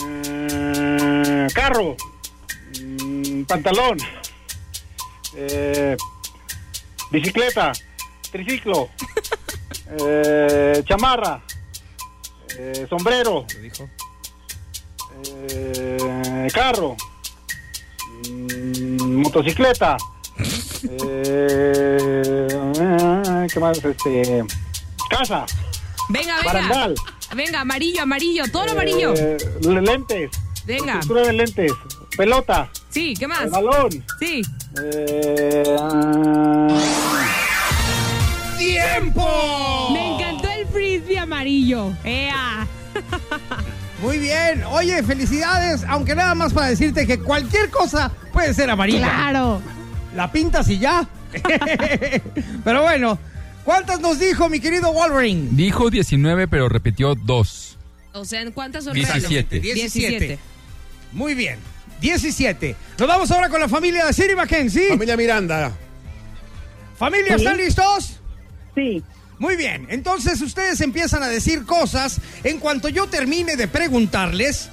Eh, carro. Mm, pantalón. Eh, bicicleta, triciclo, eh, chamarra, eh, sombrero, eh, carro, mm, motocicleta, eh, ah, ¿qué más? Este, casa, Venga, venga. barandal. Venga, amarillo, amarillo, todo lo amarillo. eh, lentes, Venga. estructura de lentes, pelota, Sí, ¿qué más? balón, Sí. eh, ah, ¡Tiempo! Me encantó el frisbee amarillo. ¡Ea! Muy bien. Oye, felicidades. Aunque nada más para decirte que cualquier cosa puede ser amarilla. ¡Claro! La pintas y ya. Pero bueno, ¿cuántas nos dijo mi querido Wolverine? Dijo 19, pero repitió 2. O sea, ¿en cuántas son 17. 17. Muy bien. 17. Nos vamos ahora con la familia de Siri Mackenzie. Familia Miranda. Familia, ¿están listos? Sí. Muy bien, entonces ustedes empiezan a decir cosas en cuanto yo termine de preguntarles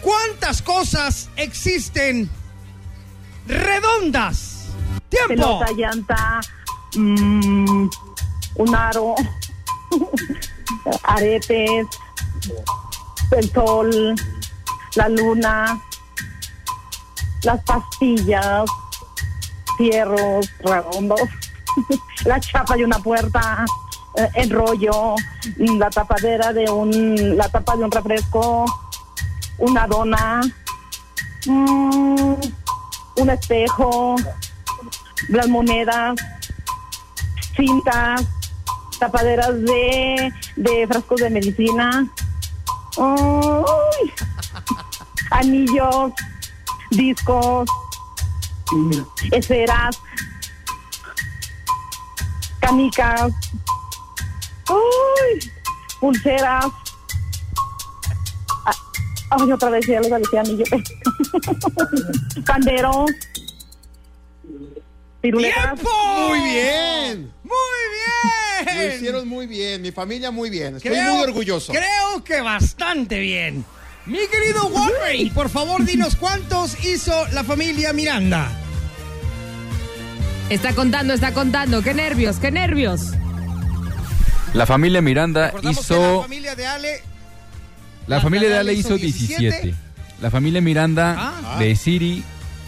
cuántas cosas existen redondas. Tiempo. Pelota, llanta. mm, un aro. aretes. El sol. La luna. Las pastillas. Fierros redondos. la chapa de una puerta. eh, El rollo, mm, la tapadera de un, la tapa de un refresco, una dona, mm, un espejo, las monedas, cintas, tapaderas de, de frascos de medicina, ¡Ay! anillos, discos, esferas, canicas, ¡Ay! pulseras, a- Ah, Ay, otra vez ya les avisé a mí. Pandero. Piruletas. Oh. Muy bien. Muy bien. Lo hicieron muy bien. Mi familia muy bien. Estoy Creo- muy orgulloso. Creo que bastante bien. Mi querido Wolverine, por favor, dinos cuántos hizo la familia Miranda. Está contando, está contando. Qué nervios, qué nervios. La familia Miranda Recordamos que la Ah, hizo. familia de Ale. La familia de Ale hizo 17. La familia Miranda Ah. de Siri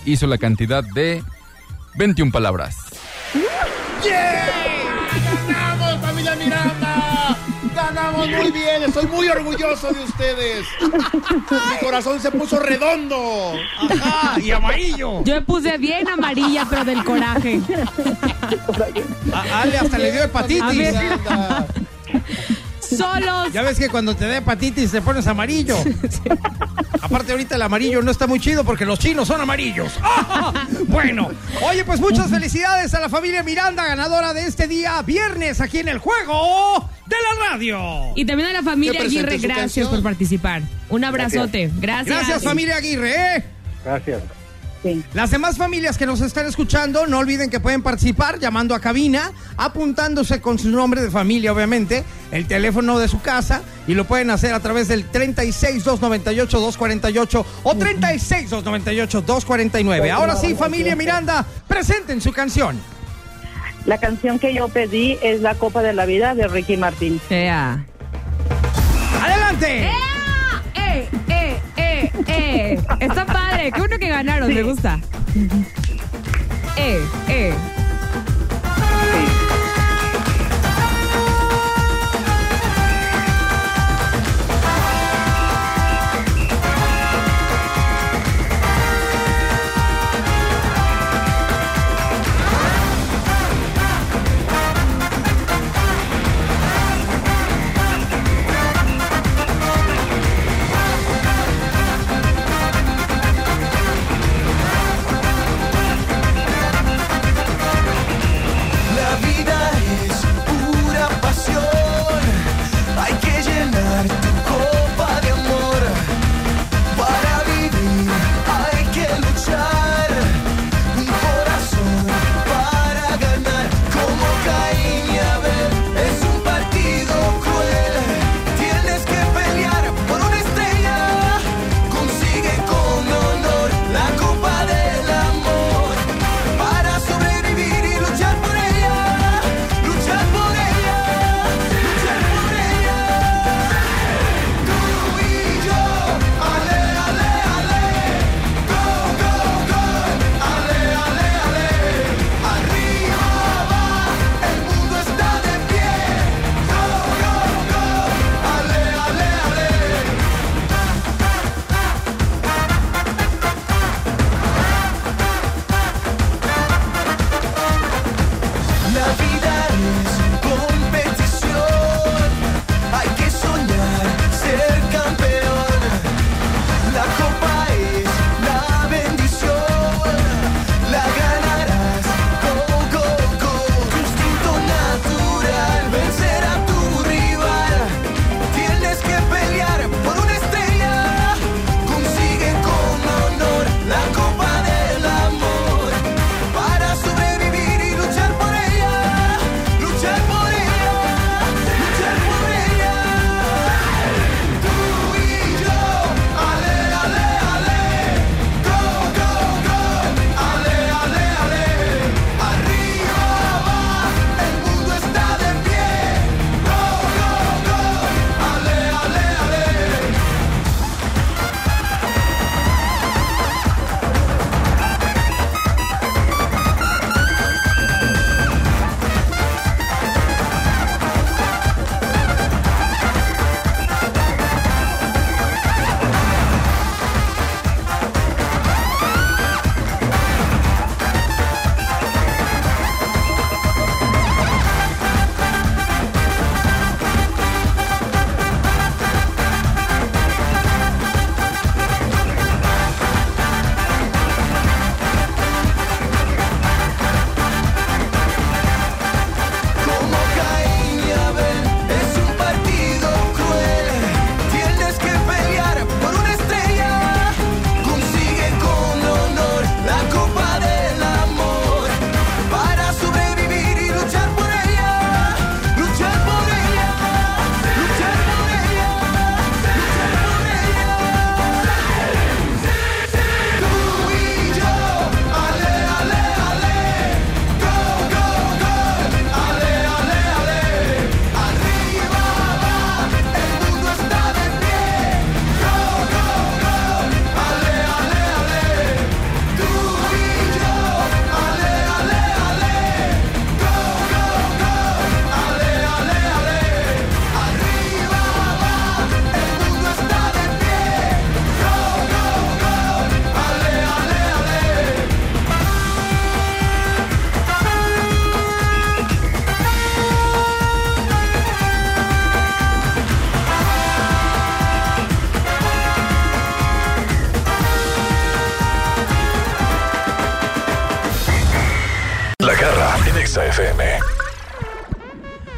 hizo la cantidad de 21 palabras. ¡Ganamos, familia Miranda! ¡Ganamos muy bien! Estoy muy orgulloso de ustedes. Mi corazón se puso redondo. Ah, Ajá, y amarillo. Yo me puse bien amarilla, pero del coraje. A Ale hasta le dio A hepatitis. ver. Solos. Ya ves que cuando te da hepatitis te pones amarillo. Aparte ahorita el amarillo no está muy chido porque los chinos son amarillos. ¡Ah! Bueno, oye pues muchas felicidades a la familia Miranda ganadora de este día viernes aquí en el juego de la radio. Y también a la familia Que presente Aguirre, su gracias canción. por participar. Un abrazote. Gracias. Gracias, familia Aguirre. ¿eh? Gracias. Las demás familias que nos están escuchando, no olviden que pueden participar llamando a cabina, apuntándose con su nombre de familia, obviamente, el teléfono de su casa, y lo pueden hacer a través del 36-298-248 o 36-298-249. Ahora sí, familia Miranda, presenten su canción. La canción que yo pedí es La Copa de la Vida de Ricky Martín. ¡Adelante! Eh, eh, eh, eh. Está padre. Qué bueno que ganaron. Me gusta. Eh, eh. Copa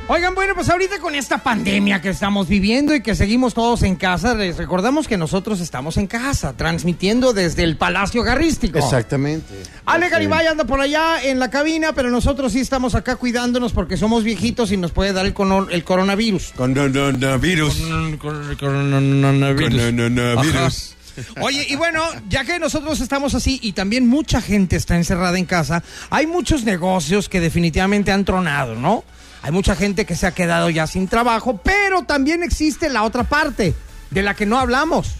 Oigan, bueno, pues ahorita con esta pandemia que estamos viviendo y que seguimos todos en casa, les recordamos que nosotros estamos en casa, transmitiendo desde el Palacio Garrístico. Exactamente. Ale Garibay anda por allá en la cabina, pero nosotros sí estamos acá cuidándonos porque somos viejitos y nos puede dar el, cono- el coronavirus. Oh. Coronavirus. Coronavirus. Coronavirus. Oye, y bueno, ya que nosotros estamos así y también mucha gente está encerrada en casa, hay muchos negocios que definitivamente han tronado, ¿no? Hay mucha gente que se ha quedado ya sin trabajo, pero también existe la otra parte de la que no hablamos.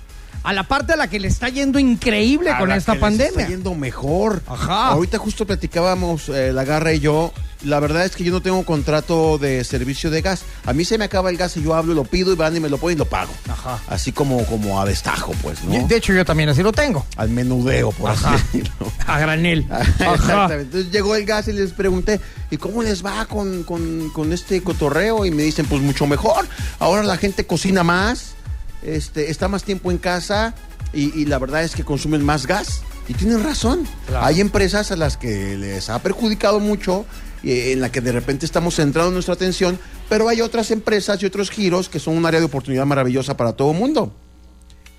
A la parte a la que le está yendo increíble A con la esta que les pandemia. está yendo mejor. Ajá. Ahorita justo platicábamos eh, la garra y yo. La verdad es que yo no tengo contrato de servicio de gas. A mí se me acaba el gas y yo hablo, lo pido y van y me lo ponen y lo pago. Ajá. Así como, como a destajo, pues, ¿no? De hecho, yo también así lo tengo. Al menudeo, por así decirlo. A granel. Exactamente. Entonces llegó el gas y les pregunté, ¿y cómo les va con, con- con este cotorreo? Y me dicen, pues mucho mejor. Ahora la gente cocina más, este, está más tiempo en casa y, y la verdad es que consumen más gas. Y tienen razón. Hay empresas a las que les ha perjudicado mucho eh, en la que de repente estamos centrados nuestra atención, pero hay otras empresas y otros giros que son un área de oportunidad maravillosa para todo el mundo.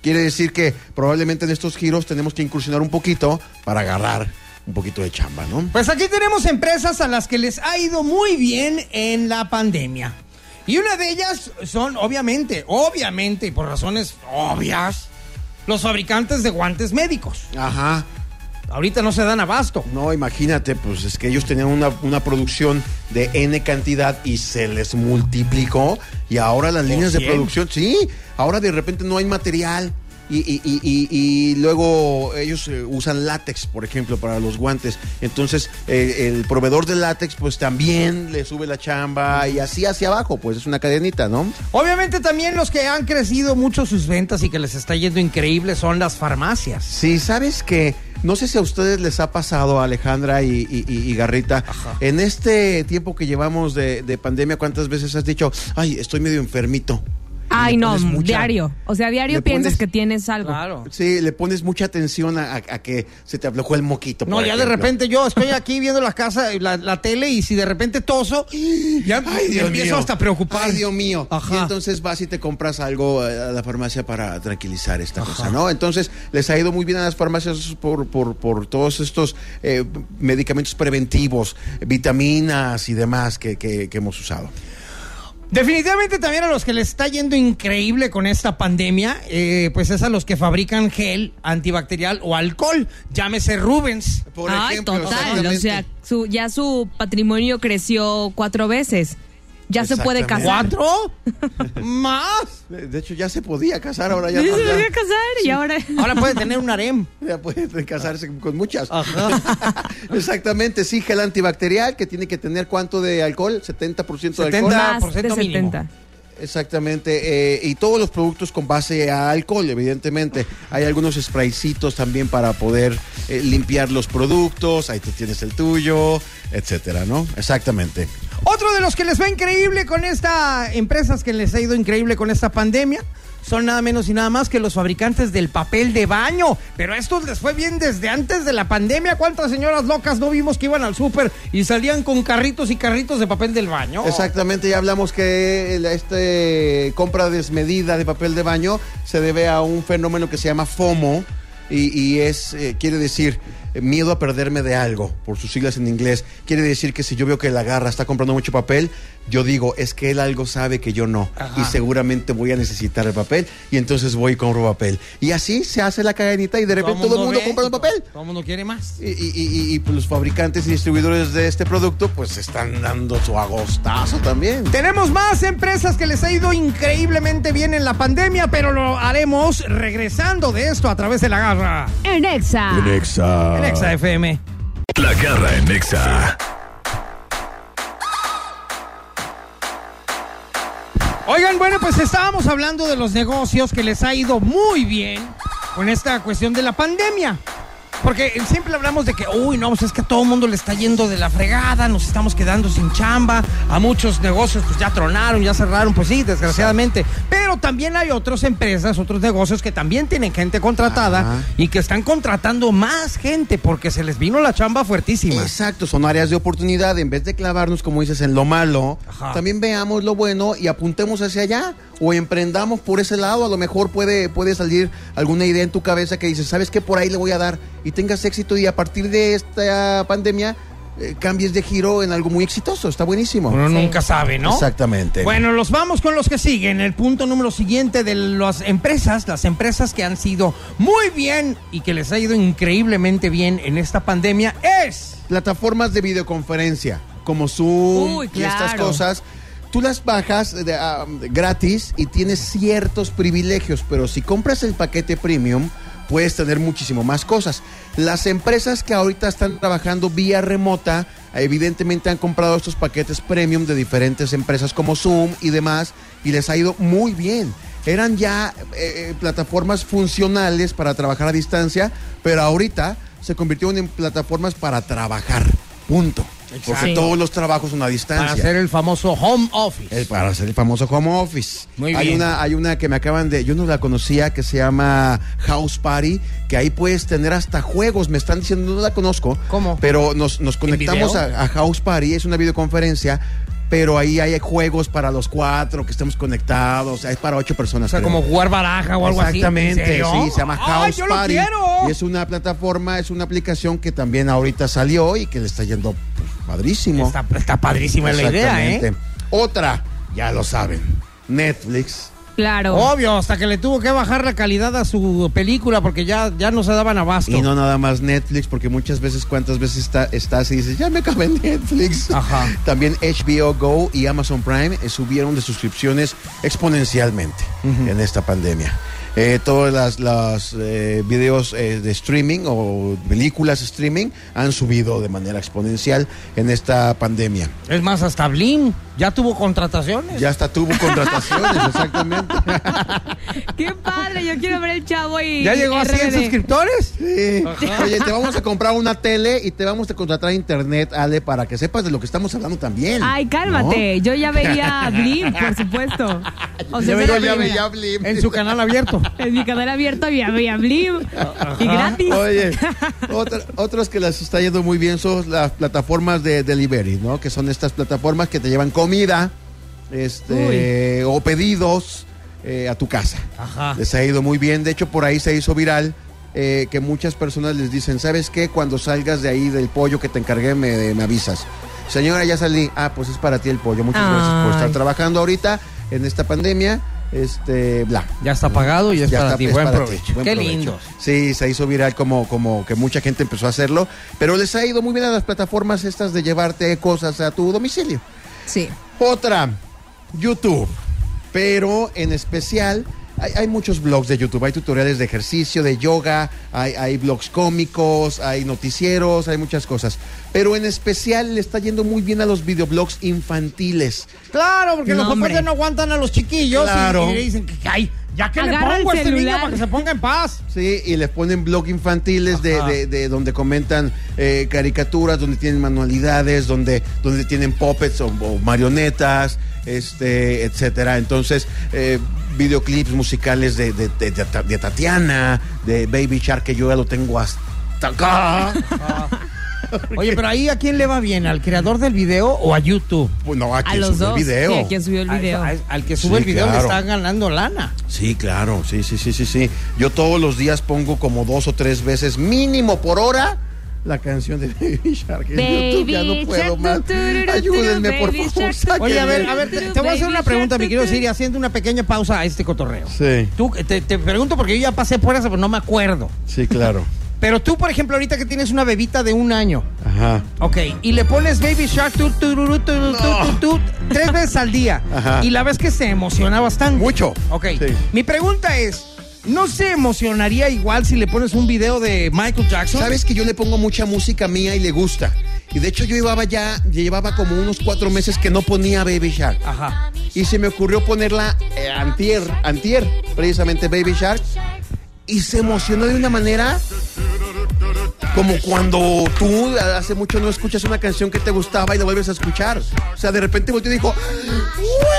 Quiere decir que probablemente en estos giros tenemos que incursionar un poquito para agarrar un poquito de chamba, ¿no? Pues aquí tenemos empresas a las que les ha ido muy bien en la pandemia. Y una de ellas son, obviamente, obviamente, y por razones obvias, los fabricantes de guantes médicos. Ajá. Ahorita no se dan abasto. No, imagínate, pues es que ellos tenían una, una producción de N cantidad y se les multiplicó y ahora las líneas de cien. producción, sí, ahora de repente no hay material. Y, y- y- y- y luego ellos eh, usan látex, por ejemplo, para los guantes. Entonces, eh, el proveedor de látex, pues también le sube la chamba y así hacia abajo, pues es una cadenita, ¿no? Obviamente también los que han crecido mucho sus ventas y que les está yendo increíble son las farmacias. Sí, sabes que no sé si a ustedes les ha pasado, Alejandra y, y- y- y Garrita, en este tiempo que llevamos de, de pandemia, ¿cuántas veces has dicho, ay, estoy medio enfermito? Ay, no, pones mucha- diario. O sea, diario le piensas pones- que tienes algo. Sí, le pones mucha atención a, a- a que se te aflojó el moquito. No, por ya de ejemplo. repente yo estoy aquí viendo la casa, la, la tele y si de repente toso, ya Ay, Dios empiezo mío. hasta a preocupar. Ay, Dios mío. Y entonces vas y te compras algo eh, a la farmacia para tranquilizar esta cosa, ¿no? Entonces, les ha ido muy bien a las farmacias por, por, por todos estos eh, medicamentos preventivos, vitaminas y demás que, que- que hemos usado. Definitivamente también a los que les está yendo increíble con esta pandemia, eh, pues es a los que fabrican gel antibacterial o alcohol, llámese Rubens. Ah, Ay, total. O sea, su- ya su patrimonio creció cuatro veces. Ya se puede casar. ¿Cuatro? ¿Más? De de hecho, ya se podía casar, ahora ya. Ya se ya- podía casar y ahora- Ahora puede tener un harem. Ya puede casarse con muchas. Exactamente, sí, gel antibacterial que tiene que tener cuánto de alcohol, 70% de alcohol. 70% Más de mínimo. 70. Exactamente, eh, y todos los productos con base a alcohol, evidentemente. Hay algunos spraycitos también para poder eh, limpiar los productos, ahí tú tienes el tuyo, etcétera, ¿no? Exactamente. Otro de los que les va increíble con esta, empresas que les ha ido increíble con esta pandemia, son nada menos y nada más que los fabricantes del papel de baño. Pero a estos les fue bien desde antes de la pandemia. ¿Cuántas señoras locas no vimos que iban al súper y salían con carritos y carritos de papel del baño? Exactamente, ya hablamos que la este compra desmedida de papel de baño se debe a un fenómeno que se llama FOMO y, y es eh, quiere decir eh, miedo a perderme de algo, por sus siglas en inglés. Quiere decir que si yo veo que la garra está comprando mucho papel, yo digo, es que él algo sabe que yo no y seguramente voy a necesitar el papel y entonces voy y compro papel. Y así se hace la cadenita y de repente todo el mundo ve compra el y papel. Todo el mundo quiere más. Y, y- y- y, pues, los fabricantes y distribuidores de este producto pues están dando su agostazo también. Tenemos más empresas que les ha ido increíblemente bien en la pandemia, pero lo haremos regresando de esto a través de la garra. En Exa. En Exa. Ah. En Exa FM. La garra en Nexa. Oigan, bueno, pues estábamos hablando de los negocios que les ha ido muy bien con esta cuestión de la pandemia. Porque siempre hablamos de que, uy, no, pues es que a todo el mundo le está yendo de la fregada, nos estamos quedando sin chamba, a muchos negocios pues ya tronaron, ya cerraron, pues sí, desgraciadamente. Pero también hay otras empresas, otros negocios que también tienen gente contratada y que están contratando más gente porque se les vino la chamba fuertísima. Exacto, son áreas de oportunidad. En vez de clavarnos, como dices, en lo malo, Ajá. también veamos lo bueno y apuntemos hacia allá o emprendamos por ese lado. A lo mejor puede, puede salir alguna idea en tu cabeza que dices, ¿sabes qué? Por ahí le voy a dar y tengas éxito y a partir de esta pandemia eh, cambies de giro en algo muy exitoso. Está buenísimo. Uno nunca sabe, ¿no? Exactamente. Bueno, los vamos con los que siguen. El punto número siguiente de las empresas, las empresas que han sido muy bien y que les ha ido increíblemente bien en esta pandemia es plataformas de videoconferencia como Zoom Uy, y estas claro. cosas. Tú las bajas eh, de, ah, gratis y tienes ciertos privilegios, pero si compras el paquete premium puedes tener muchísimo más cosas. Las empresas que ahorita están trabajando vía remota evidentemente han comprado estos paquetes premium de diferentes empresas como Zoom y demás y les ha ido muy bien. Eran ya eh, eh, plataformas funcionales para trabajar a distancia, pero ahorita se convirtieron en plataformas para trabajar. Punto. Porque Exacto. todos los trabajos son a para distancia. hacer el famoso home office. El- Eh, para hacer el famoso home office. Muy hay bien. Una, hay una que me acaban de, yo no la conocía, que se llama House Party, que ahí puedes tener hasta juegos, me están diciendo, no la conozco. ¿Cómo? Pero nos, nos conectamos video? a, a House Party, es una videoconferencia, pero ahí hay juegos para los cuatro que estemos conectados, es para ocho personas. O sea, como jugar baraja o algo así. Exactamente, ¿En serio? sí, se llama ¡Ay, House yo lo Party. quiero! Y es una plataforma, es una aplicación que también ahorita salió y que le está yendo pues, padrísimo. Está, está padrísima la idea, ¿eh? Exactamente. Otra, ya lo saben, Netflix. Claro. Obvio, hasta que le tuvo que bajar la calidad a su película porque ya, ya no se daban abasto. Y no nada más Netflix, porque muchas veces, ¿cuántas veces está, estás y dices, ya me acabé Netflix? Ajá. También HBO Go y Amazon Prime eh, subieron de suscripciones exponencialmente en esta pandemia. Eh, todos los videos eh, de streaming o películas streaming han subido de manera exponencial en esta pandemia. Es más, hasta Blim ya tuvo contrataciones. Ya hasta tuvo contrataciones, exactamente. Qué padre, yo quiero ver el chavo y. ¿Ya llegó a 100 RBD. suscriptores? Sí. Ajá. Oye, te vamos a comprar una tele y te vamos a contratar internet, Ale, para que sepas de lo que estamos hablando también. Ay, cálmate. Yo ya veía a Blim, por supuesto. O Ya sea, veía esa era Blim, mi- ya Blim. En su canal abierto. En mi canal abierto había, había Blim. Y gratis. Oye, otra- otras que las está yendo muy bien son las plataformas de delivery, ¿no? Que son estas plataformas que te llevan comida este, o pedidos eh, a tu casa. Ajá. Les ha ido muy bien. De hecho, por ahí se hizo viral eh, que muchas personas les dicen, ¿sabes qué? Cuando salgas de ahí del pollo que te encargué, me, me avisas. Señora, ya salí. Ah, pues es para ti el pollo. Muchas gracias por estar Ay. trabajando ahorita en esta pandemia. Este, bla. Ya está pagado y es para ti. es Buen para provecho. buen Qué provecho. lindo. Sí, se hizo viral como, como que mucha gente empezó a hacerlo. Pero les ha ido muy bien a las plataformas estas de llevarte cosas a tu domicilio. Sí. Otra, YouTube. Pero en especial, hay, hay muchos blogs de YouTube. Hay tutoriales de ejercicio, de yoga, hay, hay blogs cómicos, hay noticieros, hay muchas cosas. Pero en especial le está yendo muy bien a los videoblogs infantiles. Claro, porque No, los papás hombre. ya no aguantan a los chiquillos y- Claro. y, le dicen que ay, ya que Agarra le el pongo a este niño celular. para que se ponga en paz. Sí, y les ponen blog infantiles de, de- de donde comentan eh, caricaturas, donde tienen manualidades, donde, donde tienen puppets o, o marionetas, este, etcétera. Entonces, eh, videoclips musicales de, de- de- de Ta- de Tatiana, de Baby Shark, que yo ya lo tengo hasta acá. Oye, pero ahí a quién le va bien, al creador del video o a YouTube. Pues no, a A quien los subió dos. el video. Sí, a quien subió el Al- video. al- al que sube el Sí, video le claro. están ganando lana. Sí, claro, sí, sí, sí, sí, sí. Yo todos los días pongo como dos o tres veces mínimo por hora la canción de Baby Shark. En YouTube ya Baby no puedo Shark, más. tu, tu, tu, Ayúdenme, tu, por Baby favor. Shark, tu, tu, Oye, a ver, sáquenme. a ver, te, te voy a hacer una pregunta, mi querido Siri, haciendo una pequeña pausa a este cotorreo. Sí, Tú, eh, te, te pregunto porque yo ya pasé por eso, pero no me acuerdo. sí, claro. Pero tú, por ejemplo, ahorita que tienes una bebita de un año, Ajá. ok, y le pones Baby Shark tu, tu, ru, ru, tu, ru, tu, tu, tu, tres veces al día, Ajá. y la ves que se emociona bastante. Mucho. Ok, Sí. mi pregunta es, ¿no se emocionaría igual si le pones un video de Michael Jackson? Sabes que yo le pongo mucha música mía y le gusta. Y de hecho yo llevaba ya, llevaba como unos cuatro meses que no ponía Baby Shark. Ajá. Y se me ocurrió ponerla eh, antier, antier, precisamente Baby Shark. Y se emocionó de una manera Como cuando tú hace mucho no escuchas una canción que te gustaba y la vuelves a escuchar. O sea, de repente volteó y dijo, ¡Güey!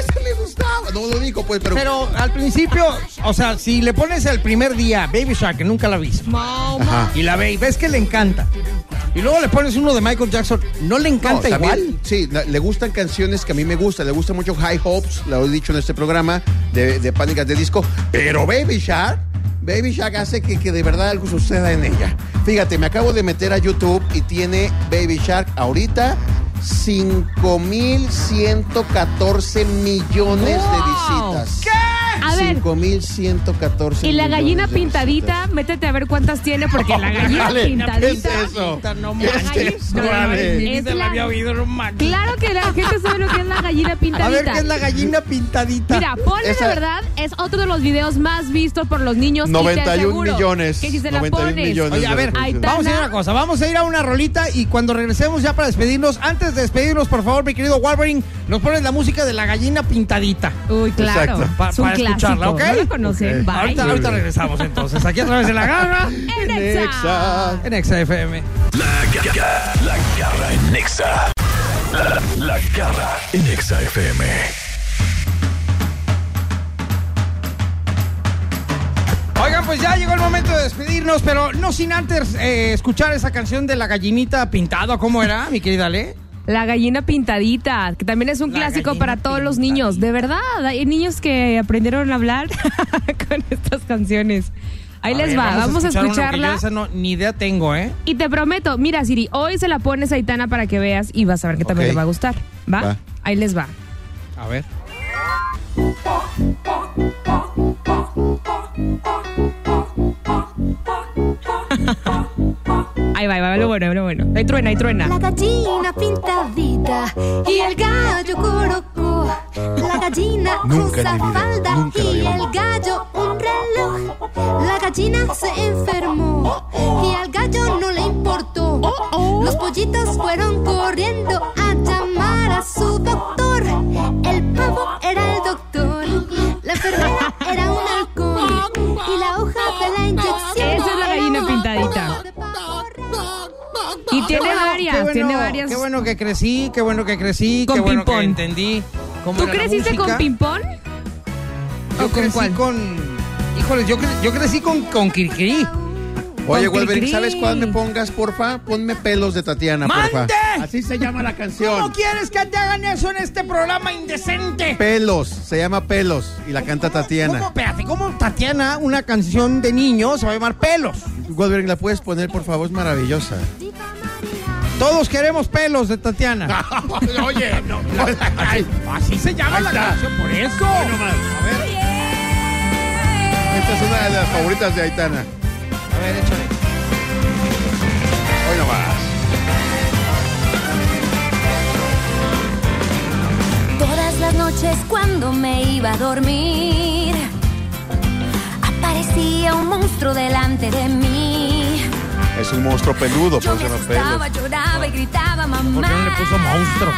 Eso me gustaba. No lo dijo, pues, pero. Pero al principio, o sea, si le pones el primer día Baby Shark, que nunca la viste, Ajá. y la ve y ves que le encanta, y luego le pones uno de Michael Jackson, ¿no le encanta No, también, igual? Sí, la- le gustan canciones que a mí me gustan. Le gusta mucho High Hopes, lo he dicho en este programa, de, de Pánicas de Disco. Pero Baby Shark, Baby Shark hace que, que de verdad algo suceda en ella. Fíjate, me acabo de meter a YouTube y tiene Baby Shark ahorita 5.114 millones ¡Wow! de visitas. A ver. 5.114 Y la gallina millones de pintadita, métete a ver cuántas tiene, porque la gallina Órale, ¿qué pintadita. es eso? No ¿Qué mames. es No, no, no, Órale. es Ni se la la- había oído, no mames. Claro que la gente sabe lo que es la gallina pintadita. A ver qué es la gallina pintadita. Mira, ponle Esa- la verdad, es otro de los videos más vistos por los niños. y te 91 aseguro millones, Que si se la 91 pones. millones Oye, a ver, Aitana, vamos a ir a una cosa, vamos a ir a una rolita y cuando regresemos ya para despedirnos, antes de despedirnos, por favor, mi querido Wolverine, nos pones la música de la gallina pintadita. Uy, claro. Exacto. Pa- Es un para escucharla, ¿ok? clásico, no la conocen, bye. Ahorita, ahorita regresamos entonces, aquí a través de la garra. En Exa. En Exa FM. La garra, la garra en Nexa. La, la garra en Nexa FM. Oigan, pues ya llegó el momento de despedirnos, pero no sin antes eh, escuchar esa canción de la gallinita pintada, ¿cómo era, mi querida Le? La gallina pintadita, que también es un clásico para todos los niños. De verdad, hay niños que aprendieron a hablar con estas canciones. Ahí les va, vamos Una, a que yo escucharla. esa no, ni idea tengo, ¿eh? Y te prometo, mira Siri, hoy se la pones a Aitana para que veas y vas a ver que también Ok. le va a gustar. ¿Va? Va. Ahí les va. A ver. Ahí va, ahí va, Oh. lo bueno, ahí va lo bueno. Ahí truena, ahí truena. La gallina pintadita y el gallo corocó. La gallina Nunca en usa mi vida, falda nunca lo y había el gallo un reloj. La gallina se enfermó y al gallo no le importó. Los pollitos fueron corriendo a llamar a su doctor. El pavo era el doctor, la enfermera era un halcón y la hoja de la inyección. Esa es la gallina pintadita. Y tiene Qué bueno, varias, qué bueno, tiene varias. Qué bueno que crecí, qué bueno que crecí, Con qué bueno que ping-pong. entendí. cómo ¿Tú era la creciste música. con ping-pong? Yo ¿O con crecí cuál? con. Híjole, yo, cre- yo crecí con, con Kirkirí. Oye, Con Wolverine, Cricri. ¿sabes cuál me pongas, porfa? Ponme pelos de Tatiana, porfa. ¡Mande! Así se llama la ¿Cómo canción. quieres que te hagan eso en este programa indecente? Pelos, se llama Pelos y la canta Tatiana. Espérate, ¿cómo Tatiana, una canción de niño, se va a llamar Pelos? Wolverine, ¿la puedes poner, por favor? Es maravillosa. Todos queremos pelos de Tatiana. Oye, no. Así, así se llama Ahí la está. canción, por eso. Esta es una de las favoritas de Aitana. A ver, échale. Hoy nomás. Todas las noches cuando me iba a dormir, aparecía un monstruo delante de mí. Es un monstruo peludo, por eso se llama Pelos. Estaba, lloraba y gritaba mamá. qué no le puso monstruo?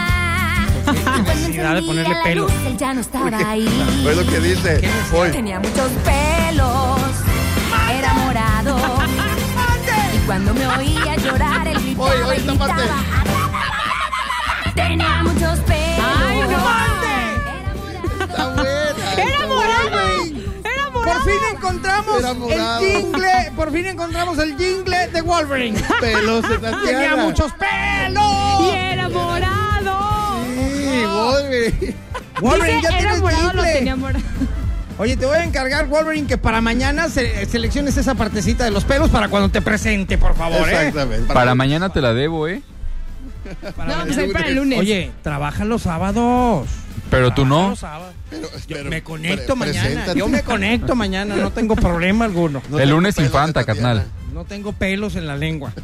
Cuando necesidad de encendía ponerle la pelo? luz, él ya no estaba ahí. Es lo que dice. Hoy. Tenía muchos pelos, era morado. Y cuando me oía llorar, él gritaba Oye, oye, y esta gritaba. parte. Tenía muchos pelos. ¡Ay, no ¡Era morado! ¡Era Por fin encontramos Era morado. el jingle, por fin encontramos el jingle de Wolverine. Pelos de Tatiana. Tenía muchos pelos. Y era morado. Sí, Wolverine. Wolverine, ya Dice, era tienes morado, lo jingle. tenía morado. Oye, te voy a encargar, Wolverine, que para mañana se- eh, selecciones esa partecita de los pelos para cuando te presente, por favor, ¿eh? Para, mañana te la debo, ¿eh? No, pues ahí para el lunes. Oye, trabaja los sábados. Pero tú no. me conecto mañana. Yo me conecto mañana, no tengo problema alguno. el lunes infanta, carnal. No tengo pelos en la lengua.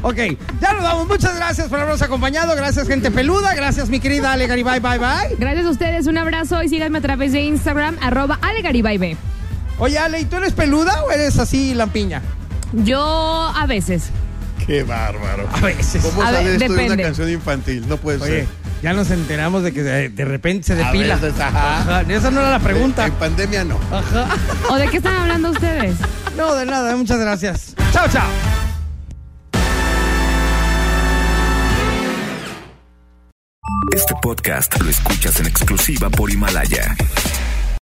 ok, ya nos vamos. Muchas gracias por habernos acompañado. Gracias, gente peluda. Gracias, mi querida Ale Garibay. Bye, bye. Gracias a ustedes, un abrazo y síganme a través de Instagram, arroba alegaribaibe. Oye, Ale, ¿y tú eres peluda o eres así lampiña? Yo a veces. Qué bárbaro. A veces. ¿Cómo A sale ver, esto de depende. una canción infantil? No puede Oye, ser. ya nos enteramos de que de, de repente se depila. A veces, ajá. Ajá, Esa no era la pregunta. En pandemia no. ¿O de qué están hablando ustedes? No, de nada, muchas gracias. Chao, chao. Este podcast lo escuchas en exclusiva por Himalaya.